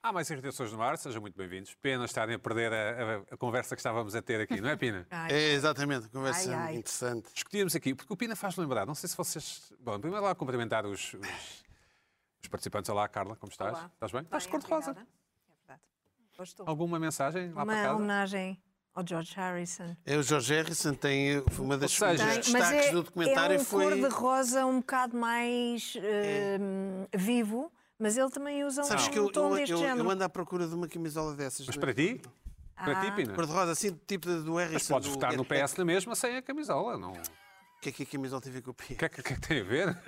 Há mais irritações no ar, sejam muito bem-vindos. Pena estarem a perder a, a- a conversa que estávamos a ter aqui, não é, Pina? Ai, É, exatamente, conversa Ai, ai. interessante. Discutíamos aqui, porque o Pina faz lembrar, não sei se vocês. Bom, primeiro lá cumprimentar os, os, os participantes. Olá, Carla, como estás? Olá. Estás bem? Estás de bem, cor-de-rosa. obrigada. É verdade. Hoje estou. Alguma mensagem lá para Uma casa? homenagem ao George Harrison. É o George Harrison, tem, foi uma das Ou seja, coisas Tem, dos mas destaques é, do documentário é um foi. cor de rosa um bocado mais eh, vivo, mas ele também usa um, Sabes que um eu, tom eu, deste eu, género. eu ando à procura de uma camisola dessas. Mas não é? para ti? Para Ah. ti, Pina? Cor-de-rosa, assim, do tipo do Harrison. Mas podes do votar no Get Back. PS na mesma sem a camisola, não? O O que é que a camisola tem a ver com o PS? que é que, o que é que tem a ver?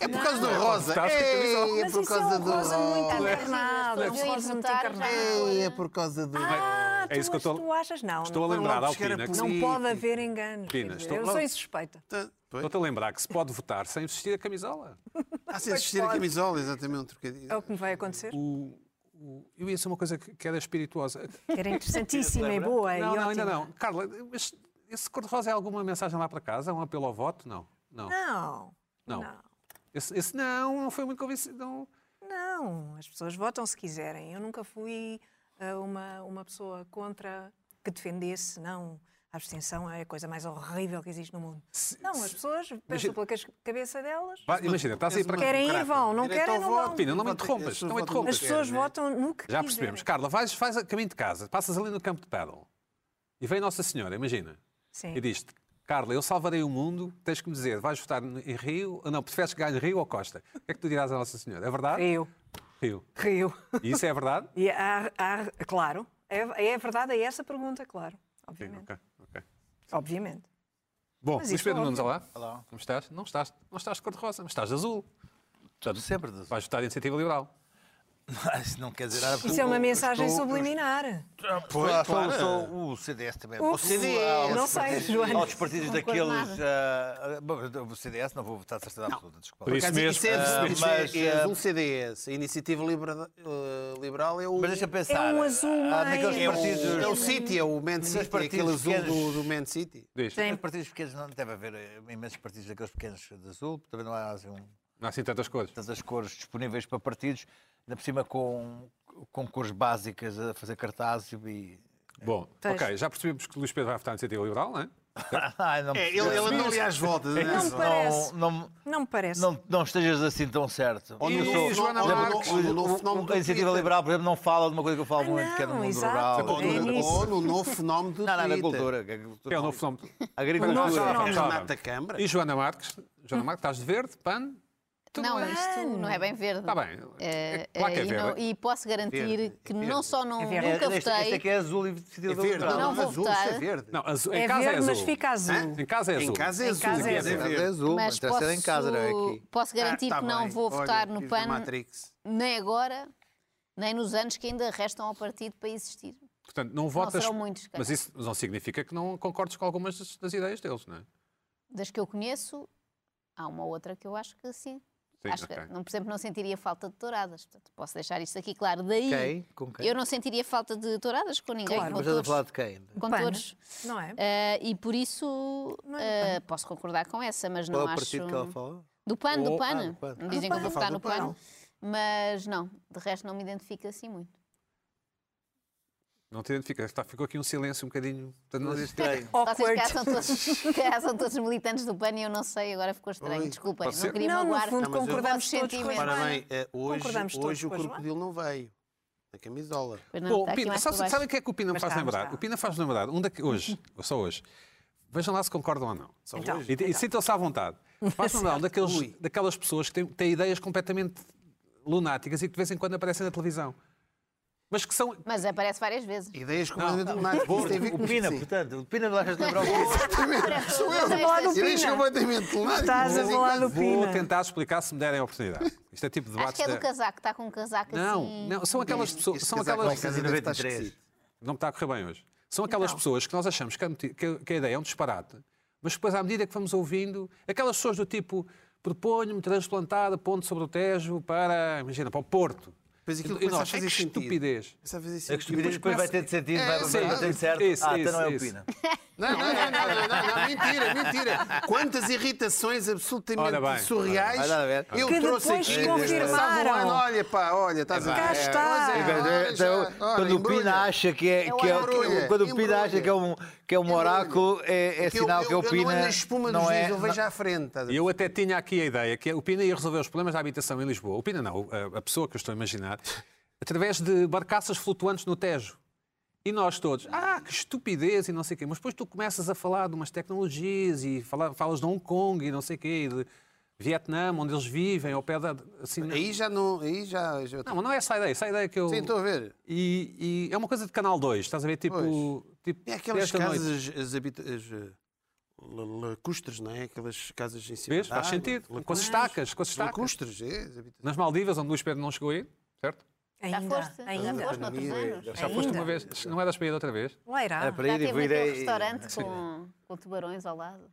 É por causa do rosa. votaste na camisola. É, é mas por isso é causa um do rosa muito rosa. encarnado, Não, um não. rosa muito Eu ia votar já. encarnado. É, é por causa do. Ah, É isso tu, que eu mas tô- tu achas? Não, Estou a não, lembrar logo à chegar a Pina que polícia. se- não pode haver engano. quer Pina, dizer, estou eu logo- sou insuspeita. Tá, pois. Estou-te a lembrar que se pode votar sem vestir a camisola. Ah, sem assistir a camisola, exatamente, um trocadilho. É Ah, o que me vai acontecer. O, o, eu ia ser uma coisa que, que era espirituosa. Era interessantíssima e boa. e não, não, ainda ótima. não. Carla, mas esse cor-de-rosa é alguma mensagem lá para casa? É um apelo ao voto? Não. Não. Não. Não. Não. Esse, esse não, não foi muito convencido. Não. Não, as pessoas votam se quiserem. Eu nunca fui ah, uma, uma pessoa contra que defendesse, não. A abstenção é a coisa mais horrível que existe no mundo. não, as pessoas pensam pela cas- cabeça delas. Vá, imagina, estás aí para cá. Querem ir, vão. Não Direito ao querem, não voto. vão. Pina, não me Votem- interrompas, as pessoas não me votam no interrompas. que As pessoas querem, não é? votam no que Já quiserem. percebemos. Carla, vais, vais a caminho de casa, passas ali no campo de paddle e vem Nossa Senhora, imagina, Sim. e diz-te, Carla, eu salvarei o mundo, tens que me dizer, vais votar no- em Rio, ou não, preferes que ganhe Rio ou Costa? O que é que tu dirás à Nossa Senhora? É verdade? Rio. Rio. Rio. E isso é verdade? E há- há- claro. É, é verdade, é essa pergunta, claro. Sim, Obviamente. ok, ok. Obviamente. Bom, Mas Luís isso é Pedro Nunes, olá. Olá. Como estás? Não estás, não estás de cor-de-rosa, mas estás de azul. Portanto, Sempre de Vais votar em iniciativa liberal. Mas não quer dizer nada. porque Isso é uma o- mensagem estou- subliminar. Pois, Pois, sou, claro. sou o CDS também. O O CDS, não sei, Joana. Aos partidos Não concordo daqueles. ah, ah, bom, o CDS não vou votar de certeza absoluta, desculpa. Por isso Quer dizer, mesmo. isso é- Ah, isso é- mas, é ah, azul CDS. A iniciativa libera- eh, liberal é o. Mas deixa É pensar. um azul ah, meio- Naqueles É o, partidos. é o City, é o Man City, é aquele partidos azul do, pequenos. do Man City. Diz. Sim. Os partidos pequenos não deve haver eh, imensos partidos daqueles pequenos de azul, porque também não há assim, um- Não há assim tantas coisas. tantas cores disponíveis para partidos, ainda por cima com, com cores básicas a fazer cartazes e. Bom, Pois. ok, já percebemos que o Luís Pedro vai votar em iniciativa liberal, não é? Ai, não É, ele, percebo. ele andou ali às voltas. É né? um Não me parece. não, não, Não me parece. não, não estejas assim tão certo. Ou E no novo- Joana ou no- Marques, ou no novo O- fenómeno do a iniciativa Twitter. liberal, por exemplo, não fala de uma coisa que eu falo Ah, muito, que é no não, mundo exato. rural. Ou É no, nisso. ou no novo fenómeno do Não, não, na Twitter. cultura. que a Que é o cultura- novo fenómeno. Agricultura. novo Já lá vamos, já lá Renata vamos. Câmara. E Joana Marques? Joana Marques, estás de verde, PAN? Tudo Não, bem. isto não é bem verde. Está Tá bem. Eh, É claro que é eh, e, não- verde. e posso garantir Verde, que é verde. não só não, É verde. nunca Este- Este votei, aqui é azul e vestido É verde. liberal. Não Não, azul, isso é votar. verde. Não, azul- em É casa verde, é azul. mas fica azul. Hã? Em casa é azul. Em casa é Em azul. casa é em azul. É azul, mas interessa posso é em casa, não é aqui. posso garantir Ah, tá que não bem. vou Olha, votar no fiz uma PAN Matrix. nem agora, nem nos anos que ainda restam ao partido para existir. Portanto, não votas. serão muitos, cara. mas isso não significa que não concordes com algumas das, das ideias deles, não é? Das que eu conheço, há uma outra que eu acho que sim. Sim, acho ok. que, não, por exemplo, não sentiria falta de touradas. Portanto, posso deixar isto aqui claro. Daí, Quem? Com quem? eu não sentiria falta de touradas com ninguém. Claro. com Mas estás a todos. falar de quem? Com Pana, todos. Não é? Eh, e por isso Não é do eh, posso concordar com essa, mas Qual não é o acho. partido que ela fala? Do PAN, Oh, do ah, PAN. do PAN. Me dizem Ah, que eu vou do PAN. votar no Do PAN. PAN, mas não, de resto não me identifico assim muito. Não te identificas. Está- ficou aqui um silêncio um bocadinho. Portanto, não existe- Estranho. Vocês se Awkward. calhar são todos, se calhar são todos militantes do PAN e eu não sei, agora ficou estranho, Oi, desculpem, pode ser? não queria Não, no magoar fundo Não, mas eu- concordamos os todos com sentimentos. a Ora Joana. bem, eh, hoje, Concordamos todos hoje o com a Joana. crocodilo não veio. Na camisola. Pois não, Bom, está aqui Pina, mais sabe, por baixo. sabe o que é que o Pina me Mas faz está, mas lembrar? está. O Pina faz lembrar, um daqui, hoje, só hoje. Vejam lá se concordam ou não. Só Então. hoje. E, e sintam-se à vontade. Faz lembrar um daqueles, Ui. daquelas pessoas que têm, têm ideias completamente lunáticas e que de vez em quando aparecem na televisão. Mas que são. Mas aparece várias vezes. Ideias completamente lunáticas. Isso tem a ver O com Pina, sim. portanto, o Pina não de lembrar o que Exatamente. Sou eu. Estás a falar do Ideias Pina. completamente lunáticas. Estás a Mas falar enquanto- do Vou Pina. tentar explicar se me derem a oportunidade. Isto é tipo de Acho debate. que é do casaco, está com um casaco Não, assim. não, são aquelas pessoas. este São casaco aquelas. vai casar. Não me está a correr bem hoje. São aquelas pessoas que nós achamos que a, noti- que a- que a ideia é um disparate, mas depois, à medida que vamos ouvindo, aquelas pessoas do tipo proponho-me transplantar a ponte sobre o Tejo para, imagina, para o Porto. Pois aquilo e começa a nós, é que fazer sentido. estupidez. Começa a fazer A sentido. cuspidez depois vai ter de sentido, vai sim, vai ter de certo. isso, Ah, até isso, não é o isso. Pina. Não, não, não, não, não, não, não, mentira, mentira. Quantas irritações Ora bem. absolutamente surreais Olha, olha, olha. eu Que trouxe depois aqui. confirmaram. Passava um ano, olha pá, olha, estás a ver. Cá está. Pois é, Ah, Então, olha, já, olha, quando o embrulha. um Pina acha que é, Eu que é- embrulho. quando o Pina Embrulho. acha que é um, que é um oráculo, é, é Porque eu- sinal eu- que é o Eu não Pina. ando na espuma dos é, dias, eu vejo à frente. estás a E Eu até tinha aqui a ideia que o Pina ia resolver os problemas da habitação em Lisboa. O Pina não, a- a pessoa que eu estou a imaginar, através de barcaças flutuantes no Tejo. E nós todos, ah, que estupidez e não sei o quê. Mas depois tu começas a falar de umas tecnologias e fala- falas de Hong Kong e não sei o quê, e de Vietnã, onde eles vivem, ao pé da. Assim, não, Aí já não. Aí já. já... não, mas não é essa a ideia, essa é a ideia que eu. Sim, estou a ver. E, e é uma coisa de Canal 2, estás a ver? Tipo. tipo É aquelas desta noite. casas, as, habita- as, eh, la- lacustres, não é? Aquelas casas em cima. Vês? da Faz água. sentido. Com as Lacustres. estacas, com as estacas. Lacustres, é. as habita- Nas Maldivas, onde Luís Pedro não chegou aí, certo? Já Ainda, foste? ainda. Já foste noutros anos? é Já foste uma vez, não eras para ir outra vez? Lá irá. Era é para Já ir e teve vir naquele aí- restaurante com, com tubarões ao lado.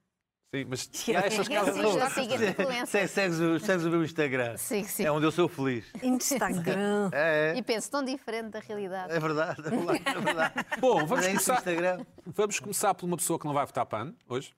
Sim, mas Sim, há essas sim, casas. sim. Siga- siga é de influencer. Segue- Segues o segues o meu Instagram. Sim, sim. É onde eu sou feliz. Instagram. É, E penso, tão diferente da realidade. é verdade. É verdade. Bom, vamos Nem começar, Instagram. vamos começar por uma pessoa que não vai votar PAN hoje.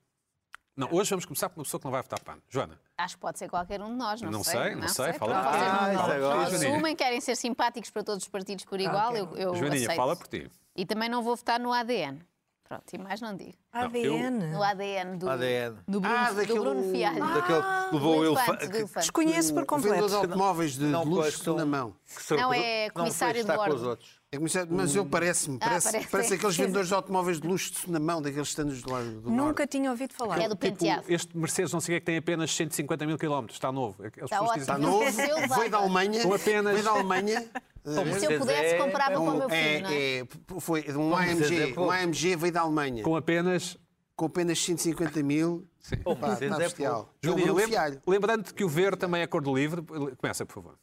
Não, hoje vamos começar por uma pessoa que não vai votar PAN. Joana, Acho que pode ser qualquer um de nós, não, é? Não sei, não sei, fala Pronto, por ti. vocês Ah, isso é agora. não Joaninha. assumem, querem ser simpáticos para todos os partidos por igual, eu, eu Ah, Joaninha, aceito. fala por ti. E também não vou votar no ADN. Pronto, e mais não digo. ADN. No ADN do, ADN. do Bruno, Ah, do daquele- Bruno Fialho. Daquele que levou do o elefante, elefante. do elefante. Desconheço por O vendedor de É completo. automóveis de, não, de luxo pois, na são- mão. que Não, é sorriu- comissário não foi estar de com bordo. os outros. É como se- Mas eu parece-me, Ah, parece, parece, parece, é. aqueles vendedores de automóveis de luxo de na mão, daqueles stands do lado do norte. Nunca tinha ouvido falar. É do Tipo, penteado. este Mercedes não sei o que é que tem apenas 150 mil quilómetros, está novo. É Eles Está ótimo. Está Não novo, pareceu veio vaga. da Alemanha. Ou apenas- Veio da Alemanha. Eh, Se eu pudesse, comprava para o meu filho, não é? É, é, foi de um Vamos dizer, AMG. pô. Um AMG veio da Alemanha. Com, Com apenas. apenas 150 mil. Sim. Pá, Mercedes está é bestial. É o Joaninha, Bruno lem- Fialho. lembrando que o verde também é cor do livre, começa, por favor.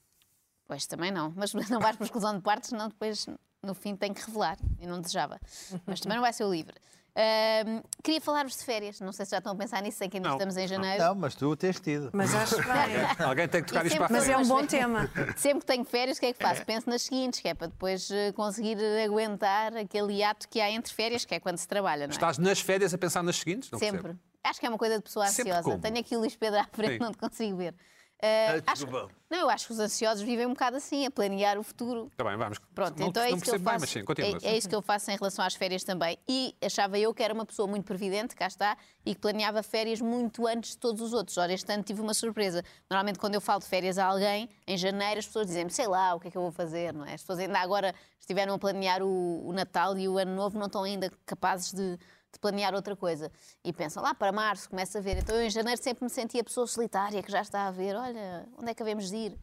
Pois também não, mas não vais para exclusão de partes, senão depois no fim tenho que revelar. Eu não desejava. Mas também não vai ser o livre. Ahm, queria falar-vos de férias, não sei se já estão a pensar nisso, sei que ainda Não. estamos em janeiro. Não, mas tu tens tido. Mas acho bem. Alguém tem que tocar E isto para sempre- a Mas frente. é um bom tema. Sempre que tenho férias, o que é que faço? Penso nas seguintes, que é para depois eh, conseguir aguentar aquele hiato que há entre férias, que é quando se trabalha, não é? Estás nas férias a pensar nas seguintes? Não Sempre. percebo. Acho que é uma coisa de pessoa Sempre ansiosa. como? Tenho aqui o Luís Pedro à frente, Sim. não te consigo ver. Eh, Ah, acho- desculpa. Não, eu acho que os ansiosos vivem um bocado assim, a planear o futuro. Está Tá bem, vamos. Pronto, não, então é não isso que eu percebo bem, faço. mas sim, continua. é, é isso que eu faço em relação às férias também. E achava eu que era uma pessoa muito previdente, cá está, e que planeava férias muito antes de todos os outros. Ora, este ano tive uma surpresa. Normalmente, quando eu falo de férias a alguém, em janeiro, as pessoas dizem-me, sei lá, o que é que eu vou fazer, não é? As pessoas ainda agora estiveram a planear o, o Natal e o Ano Novo, não estão ainda capazes de, de planear outra coisa. E pensam, lá para março começa a ver. Então eu em janeiro sempre me sentia a pessoa solitária que já está a ver, olha, onde é que havemos de ir?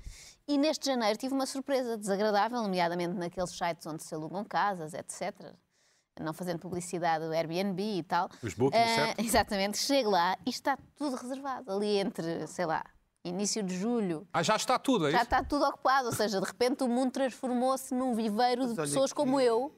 E neste janeiro tive uma surpresa desagradável, nomeadamente naqueles sites onde se alugam casas, etc. Não fazendo publicidade do Airbnb e tal. Os bookings, Ah, certo? Exatamente. Chego lá e está tudo reservado. Ali entre, sei lá, início de julho Ah, já está tudo, é já isso? está tudo ocupado. Ou seja, de repente o mundo transformou-se num viveiro de olha pessoas que- como eu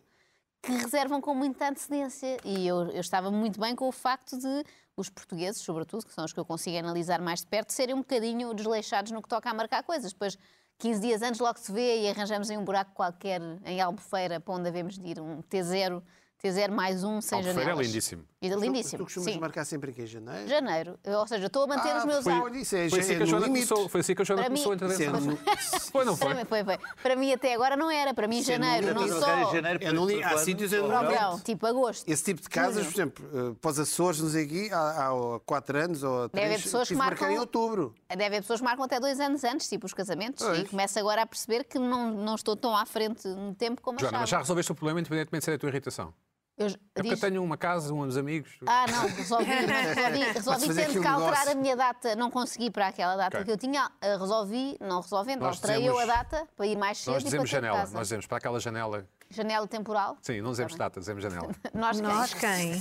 que reservam com muita antecedência. E eu, eu estava muito bem com o facto de os portugueses, sobretudo, que são os que eu consigo analisar mais de perto, serem um bocadinho desleixados no que toca a marcar coisas. Depois, 15 dias antes, logo se vê e arranjamos em um buraco qualquer, em Albufeira, para onde havemos de ir, um T0, T0 mais um, sem Albufeira é janelas. lindíssimo. E Tu- lindíssimo, Tu costumas sim. marcar sempre aqui em janeiro? Janeiro. Ou seja, estou a manter os meus hábitos. Olha, isso é, Ah, Foi já assim é que a no Joana limite. começou, foi assim que a Joana Para começou a mim- Isso é intervenção. no- Foi, não foi? Para mim, foi, foi. Para mim até agora não era. Para mim, Isso é janeiro, muito não natural. só. É no li- há sítios em Para o Realmente. verão, tipo agosto. Esse tipo de casas, por exemplo, eh, para os Açores, nos aqui, há, há quatro anos ou há Deve três, haver pessoas que tive de marcar marcam- em outubro. Deve haver pessoas que marcam até dois anos antes, tipo os casamentos, e Pois. começo agora a perceber que não, não estou tão à frente no tempo como Joana, mas já achava. resolveste o problema independentemente de ser a tua irritação. Eu, É porque diz- eu tenho uma casa, uns amigos. Ah, não, resolvi, resolvi, resolvi fazer tendo aquele que alterar negócio. a minha data, não consegui para aquela data um Ok. que eu tinha, ah, resolvi, não resolvendo, Nós alterei eu a dizemos- data para ir mais cedo nós e para dizemos ter janela, casa. Tá nós dizemos para aquela janela. Janela temporal, Sim, não dizemos data, dizemos janela. nós, Nós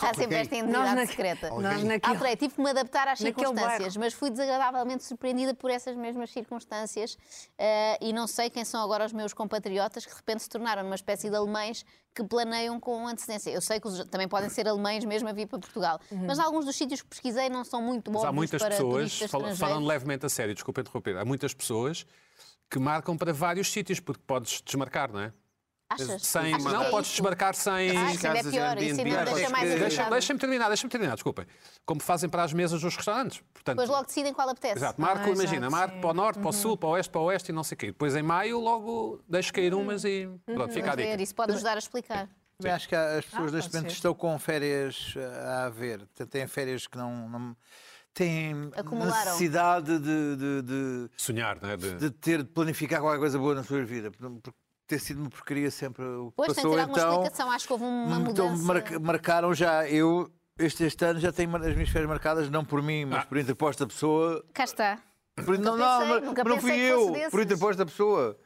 Há sempre esta Nós entidade na... secreta. Nós naquilo. Alterei, tive que me adaptar às Naquele circunstâncias, mas fui desagradavelmente surpreendida por essas mesmas circunstâncias eh, e não sei quem são agora os meus compatriotas que de repente se tornaram uma espécie de alemães que planeiam com antecedência. Eu sei que os- também podem ser alemães mesmo a vir para Portugal, mas alguns dos sítios que pesquisei não são muito bons Mas há muitas para pessoas, turistas fal- estrangeiros. falando levemente a sério, desculpa interromper, há muitas pessoas que marcam para vários sítios, porque podes desmarcar, não é? Achas? Sem, Achas que não, é podes isso? desmarcar sem. Ah, isso ainda é Casas pior, Airbnb, isso ainda não, deixa tens mais um que- Deixa- irritado. Deixem-me terminar, deixem-me terminar, desculpem. Como fazem para as mesas dos restaurantes. Portanto, Depois logo decidem qual apetece. Exato, marco, Ah, exato, imagina, marco sim. para o norte, Uhum. para o sul, para o oeste, para o oeste e não sei o quê. Depois em maio logo deixo cair umas e pronto, fica a Vamos ver, dica. Isso pode ajudar Uhum. a explicar. Também acho que há- as pessoas Ah, neste pode momento ser. estão com férias eh, a haver. Portanto, têm férias que não. não- têm Acumularam. necessidade de, de- de- Sonhar, não é? De- de ter, de planificar qualquer coisa boa na sua vida. Porque ter sido uma porcaria sempre o que Pois tem que passou. ter alguma Então, explicação. Acho que houve uma então mudança. marca- marcaram já. Eu, este, este ano, já tenho mar- as minhas férias marcadas, não por mim, mas Ah. por interposta pessoa. Cá está. Por- não, não, pensei, mas- nunca mas não fui pensei que eu, fosse desses. por interposta pessoa.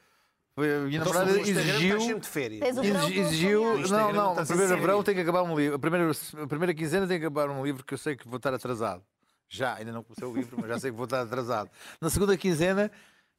Foi a minha Então, namorada se no Instagram exigiu. estás sempre de férias. Tens um o verão todo Exi- Exigiu. planeado. Não, Instagram não. está A sem primeira série. verão tem que acabar um livro. A primeira, a primeira quinzena tem que acabar um livro que eu sei que vou estar atrasado. Já, ainda não comecei o livro, mas já sei que vou estar atrasado. Na segunda quinzena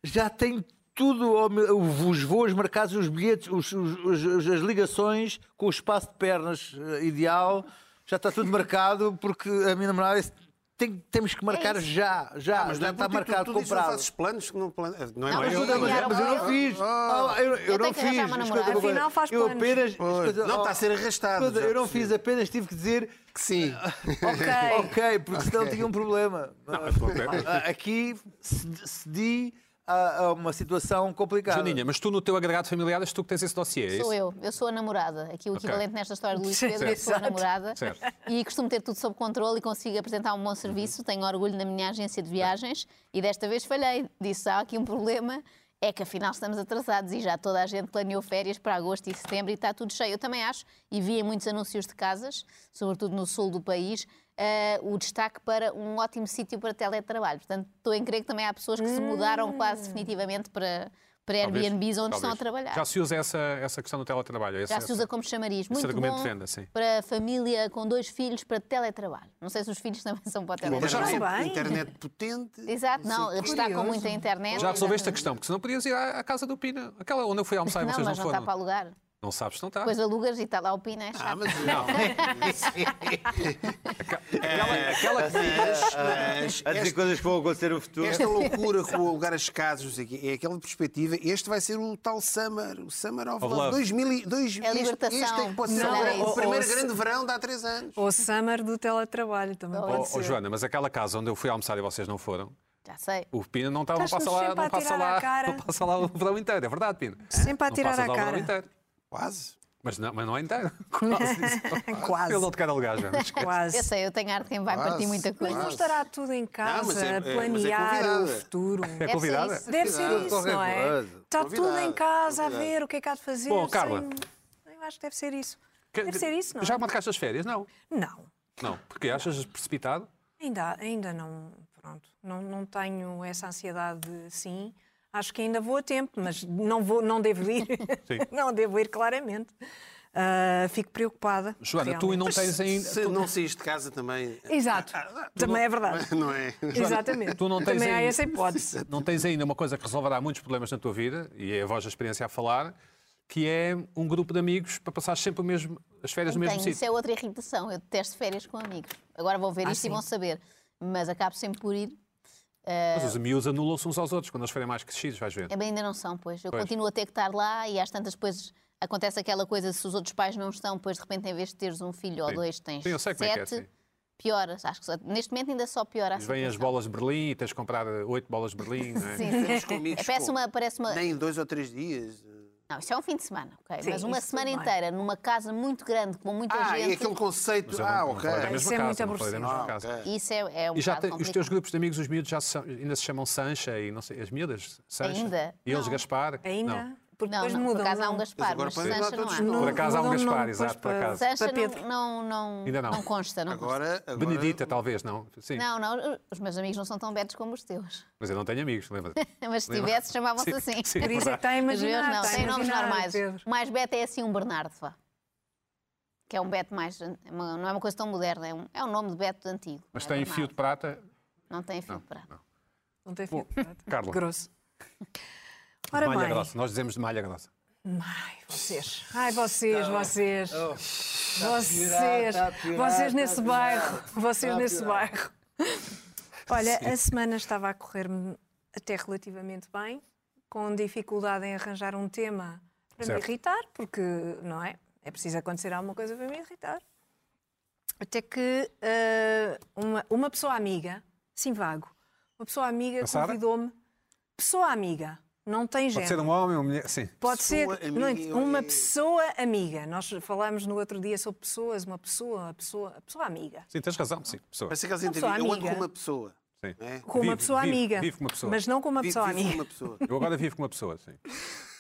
já tem tudo, ao meu- os voos marcados, os bilhetes, os- os- os- as ligações com o espaço de pernas eh, ideal. Já está tudo marcado porque a minha namorada disse, "Tem- temos que marcar isso. já, já. mas já não é porque está tu- tu marcado, dizes que não comprado. fazes planos que não plane- Não é Não, mais Mas Eu- eu, não- eu- mas eu não fiz. Ah, eu, eu Eu não tenho que arranjar fiz. uma Escuta, namorada. uma coisa. Afinal, faz eu planos. apenas. escuta, Não, oh, está a ser arrastado, escuta, já Eu não percebi. fiz, apenas tive que dizer que sim. Ok. ok, porque senão tinha um problema. ok. Ah, Aqui ced- cedi a, a uma situação complicada. Joaninha, mas tu no teu agregado familiar és tu que tens esse dossiê, é isso? Sou eu, eu sou a namorada. Aqui o equivalente nesta história do Luís Certo. Pedro, eu sou a Exato. namorada. Certo. Uhum. E costumo ter tudo sob controle e consigo apresentar um bom serviço. Tenho orgulho na minha agência de viagens e desta vez falhei. Disse: há aqui um problema, é que afinal estamos atrasados e já toda a gente planeou férias para agosto e setembro e está tudo cheio. Eu também acho, e vi em muitos anúncios de casas, sobretudo no sul do país. eh, o destaque para um ótimo sítio para teletrabalho. Portanto, estou em crer que também há pessoas que se mudaram quase definitivamente para, para Hum. Talvez, Airbnbs onde estão a talvez. trabalhar. Já se usa essa, essa questão do teletrabalho. é Já essa- se usa como chamariz. esse Muito argumento bom de venda, sim. para família com dois filhos para teletrabalho. Não sei se os filhos também são para mas já teletrabalho. resolvi- internet, bem. internet potente. Exato, sei não, o quê. Ah, destacam muito a internet. Já resolveste a questão, porque senão podias ir à, à casa do Pina, aquela onde eu fui almoçar e Não, vocês mas não Ah. não, está foram. para alugar. Não sabes, não tá. está. Depois alugas e está lá o Pina, é chato. Ah, mas Não. não. Aquela, aquela É, que assim, Mas, A dizer esta, coisas que vão acontecer no futuro. esta loucura com o alugar as casas, não sei o quê, é aquela perspectiva. Este vai ser o tal Summer, o Summer of, Of Love. love. 2000 e- dois- É a este, libertação. este é que pode ser Não, o, grande- é o isso. primeiro Ou se- grande verão de há três anos. Ou summer do teletrabalho também Oh, pode oh, ser. Joana, mas aquela casa onde eu fui almoçar e vocês não foram, Já sei. o Pina não, tá, não Estás-nos passa lá, sempre não a passa atirar à lá, cara. não passa lá o verão inteiro, é verdade, Pina? Sempre a Não tirar passas a lá o verão cara. inteiro. Quase. Mas não, mas não é inteiro. Quase. Quase. Ele não te quer alugar, já. Quase. Eu sei, eu tenho arte quem vai Quase, partir muita Mas coisa. não quase. estará tudo em casa, mas é- é- mas é planear o convidada. futuro. É convidada? isso. Deve ser Convidada. isso, não é? Convidada. Está tudo em Convidada, casa a convidada. ver o que é que há de fazer. Bom, Carla. sem- Eu acho que deve ser isso. Que- Deve ser isso, não é? Já marcaste as férias? Não. Não, Não. Porque achas precipitado? ainda, ainda não, pronto, não, não tenho essa ansiedade, sim. Acho que ainda vou a tempo, mas não, vou, não devo ir. Sim. não devo ir, claramente. Ah, fico preocupada. Joana, tu realmente. não Ah, tens ainda. Se não saís de casa também. Exato, também é verdade. Não é? Exatamente. tu não tens também há ainda- essa hipótese. Não tens ainda uma coisa que resolverá muitos problemas na tua vida, e é a voz da experiência a falar, que é um grupo de amigos para passar sempre o mesmo, as férias no mesmo Tenho, isso sítio. é outra irritação. Eu detesto férias com amigos. Agora vão ver Ah, isto e sim. vão saber. Mas acabo sempre por ir. Mas os miúdos anulam-se uns aos outros quando eles forem mais crescidos, vais ver. É bem, ainda não são, pois. Eu Pois. continuo a ter que estar lá e às tantas depois acontece aquela coisa, se os outros pais não estão, depois de repente em vez de teres um filho ou Sim. dois, tens Sim, eu sei como é sete, que é, sim. pioras. Acho que só- neste momento ainda só piora assim a Vêm as situação. bolas de Berlim e tens de comprar eh, oito bolas de Berlim, não é? Sim, Temos sim. comigo, É, parece pô. uma, parece uma... Nem dois ou três dias. Não, isso é um fim de semana, ok? Sim, Mas uma isso tudo semana bem. inteira, numa casa muito grande, com muita Ah, é gente, aquele conceito. Mas eu não- Ah, não ok. falei da mesma Isso é casa, muito não falei da mesma Ah, casa. ok. isso é, é um E já bocado tem- os complicado. teus grupos de amigos, os miúdos, já se são- ainda se chamam Sancha e não sei, as miúdas? Sancha? Ainda? E eles, Não. Gaspar? Ainda? Não. Porque Não, depois não, por mudam. acaso há um não? é? Gaspar, Agora mas podem Sancha lá não todos há. nós. Por acaso há um mudam de Gaspar, nome depois exato, por para- acaso. Sancha é. Para Pedro. não, não, não, Ainda não. não consta, não consta. Agora, agora. Benedita, talvez, não? Sim. Não, não, os meus amigos não são tão betos como os teus. Mas eu não tenho amigos, lembra-te? Mas se Lembra? tivesse, chamavam-se Sim, assim. sim, Por isso é que verdade. está a Mas meus imaginar. não, está a têm nomes imaginar, normais. Pedro. O mais beto é assim um Bernardo, vá. Que é um beto mais. é uma- não é uma coisa tão moderna, é um, é um nome de beto de antigo. não Mas é tem Bernardo. fio de prata. Não tem fio de prata. Não tem fio. Carla. Grosso. Ora malha bem. grossa. Nós dizemos de malha grossa. Ai, vocês. Ai, vocês, vocês. Oh, Vocês. está a piorar, Vocês está a nesse piorar. bairro. Vocês a nesse piorar. bairro. Olha, a semana estava a correr-me até relativamente bem, com dificuldade em arranjar um tema para Certo. me irritar, porque não é? É preciso acontecer alguma coisa para me irritar. Até que eh, uma, uma pessoa amiga, sim vago, uma pessoa amiga A Sara? convidou-me. Pessoa amiga, não tem Pode género. ser um homem, uma mulher. Sim. Pode ser Pessoa não, amiga, uma eu- pessoa amiga. Nós falámos no outro dia sobre pessoas, uma pessoa, a pessoa, a pessoa amiga. Sim, tens razão. Sim, pessoa. Parece aquelas Uma pessoa entrevistas. Eu ando com amiga. uma pessoa. Sim. não é? Com uma Vive- pessoa vive- amiga. vive com uma pessoa. Mas não com uma Vivo- pessoa vivo com amiga. uma pessoa. Eu agora vivo com uma pessoa, sim.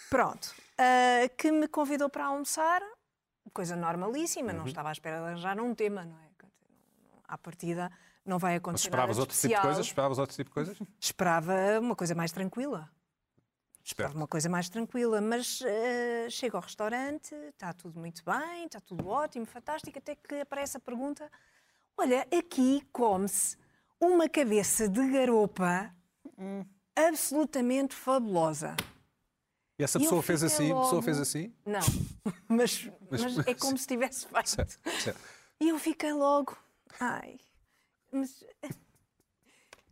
Pronto. ah, que me convidou para almoçar, coisa normalíssima, Uhum. não estava à espera de arranjar um tema, não é? Quer dizer, não- À partida não vai Mas acontecer esperavas nada outro tipo de é especial. coisas? Esperavas outro tipo de coisas? Esperava uma coisa mais tranquila. Esperto. uma coisa mais tranquila, mas eh, chego ao restaurante, está tudo muito bem, está tudo ótimo, fantástico, até que aparece a pergunta: olha, aqui come-se uma cabeça de garopa absolutamente fabulosa. E essa E eu pessoa fez fiquei assim, a pessoa logo- fez assim. Não, mas, Mas- mas é como se tivesse feito. Certo, certo. E eu fiquei logo, ai, mas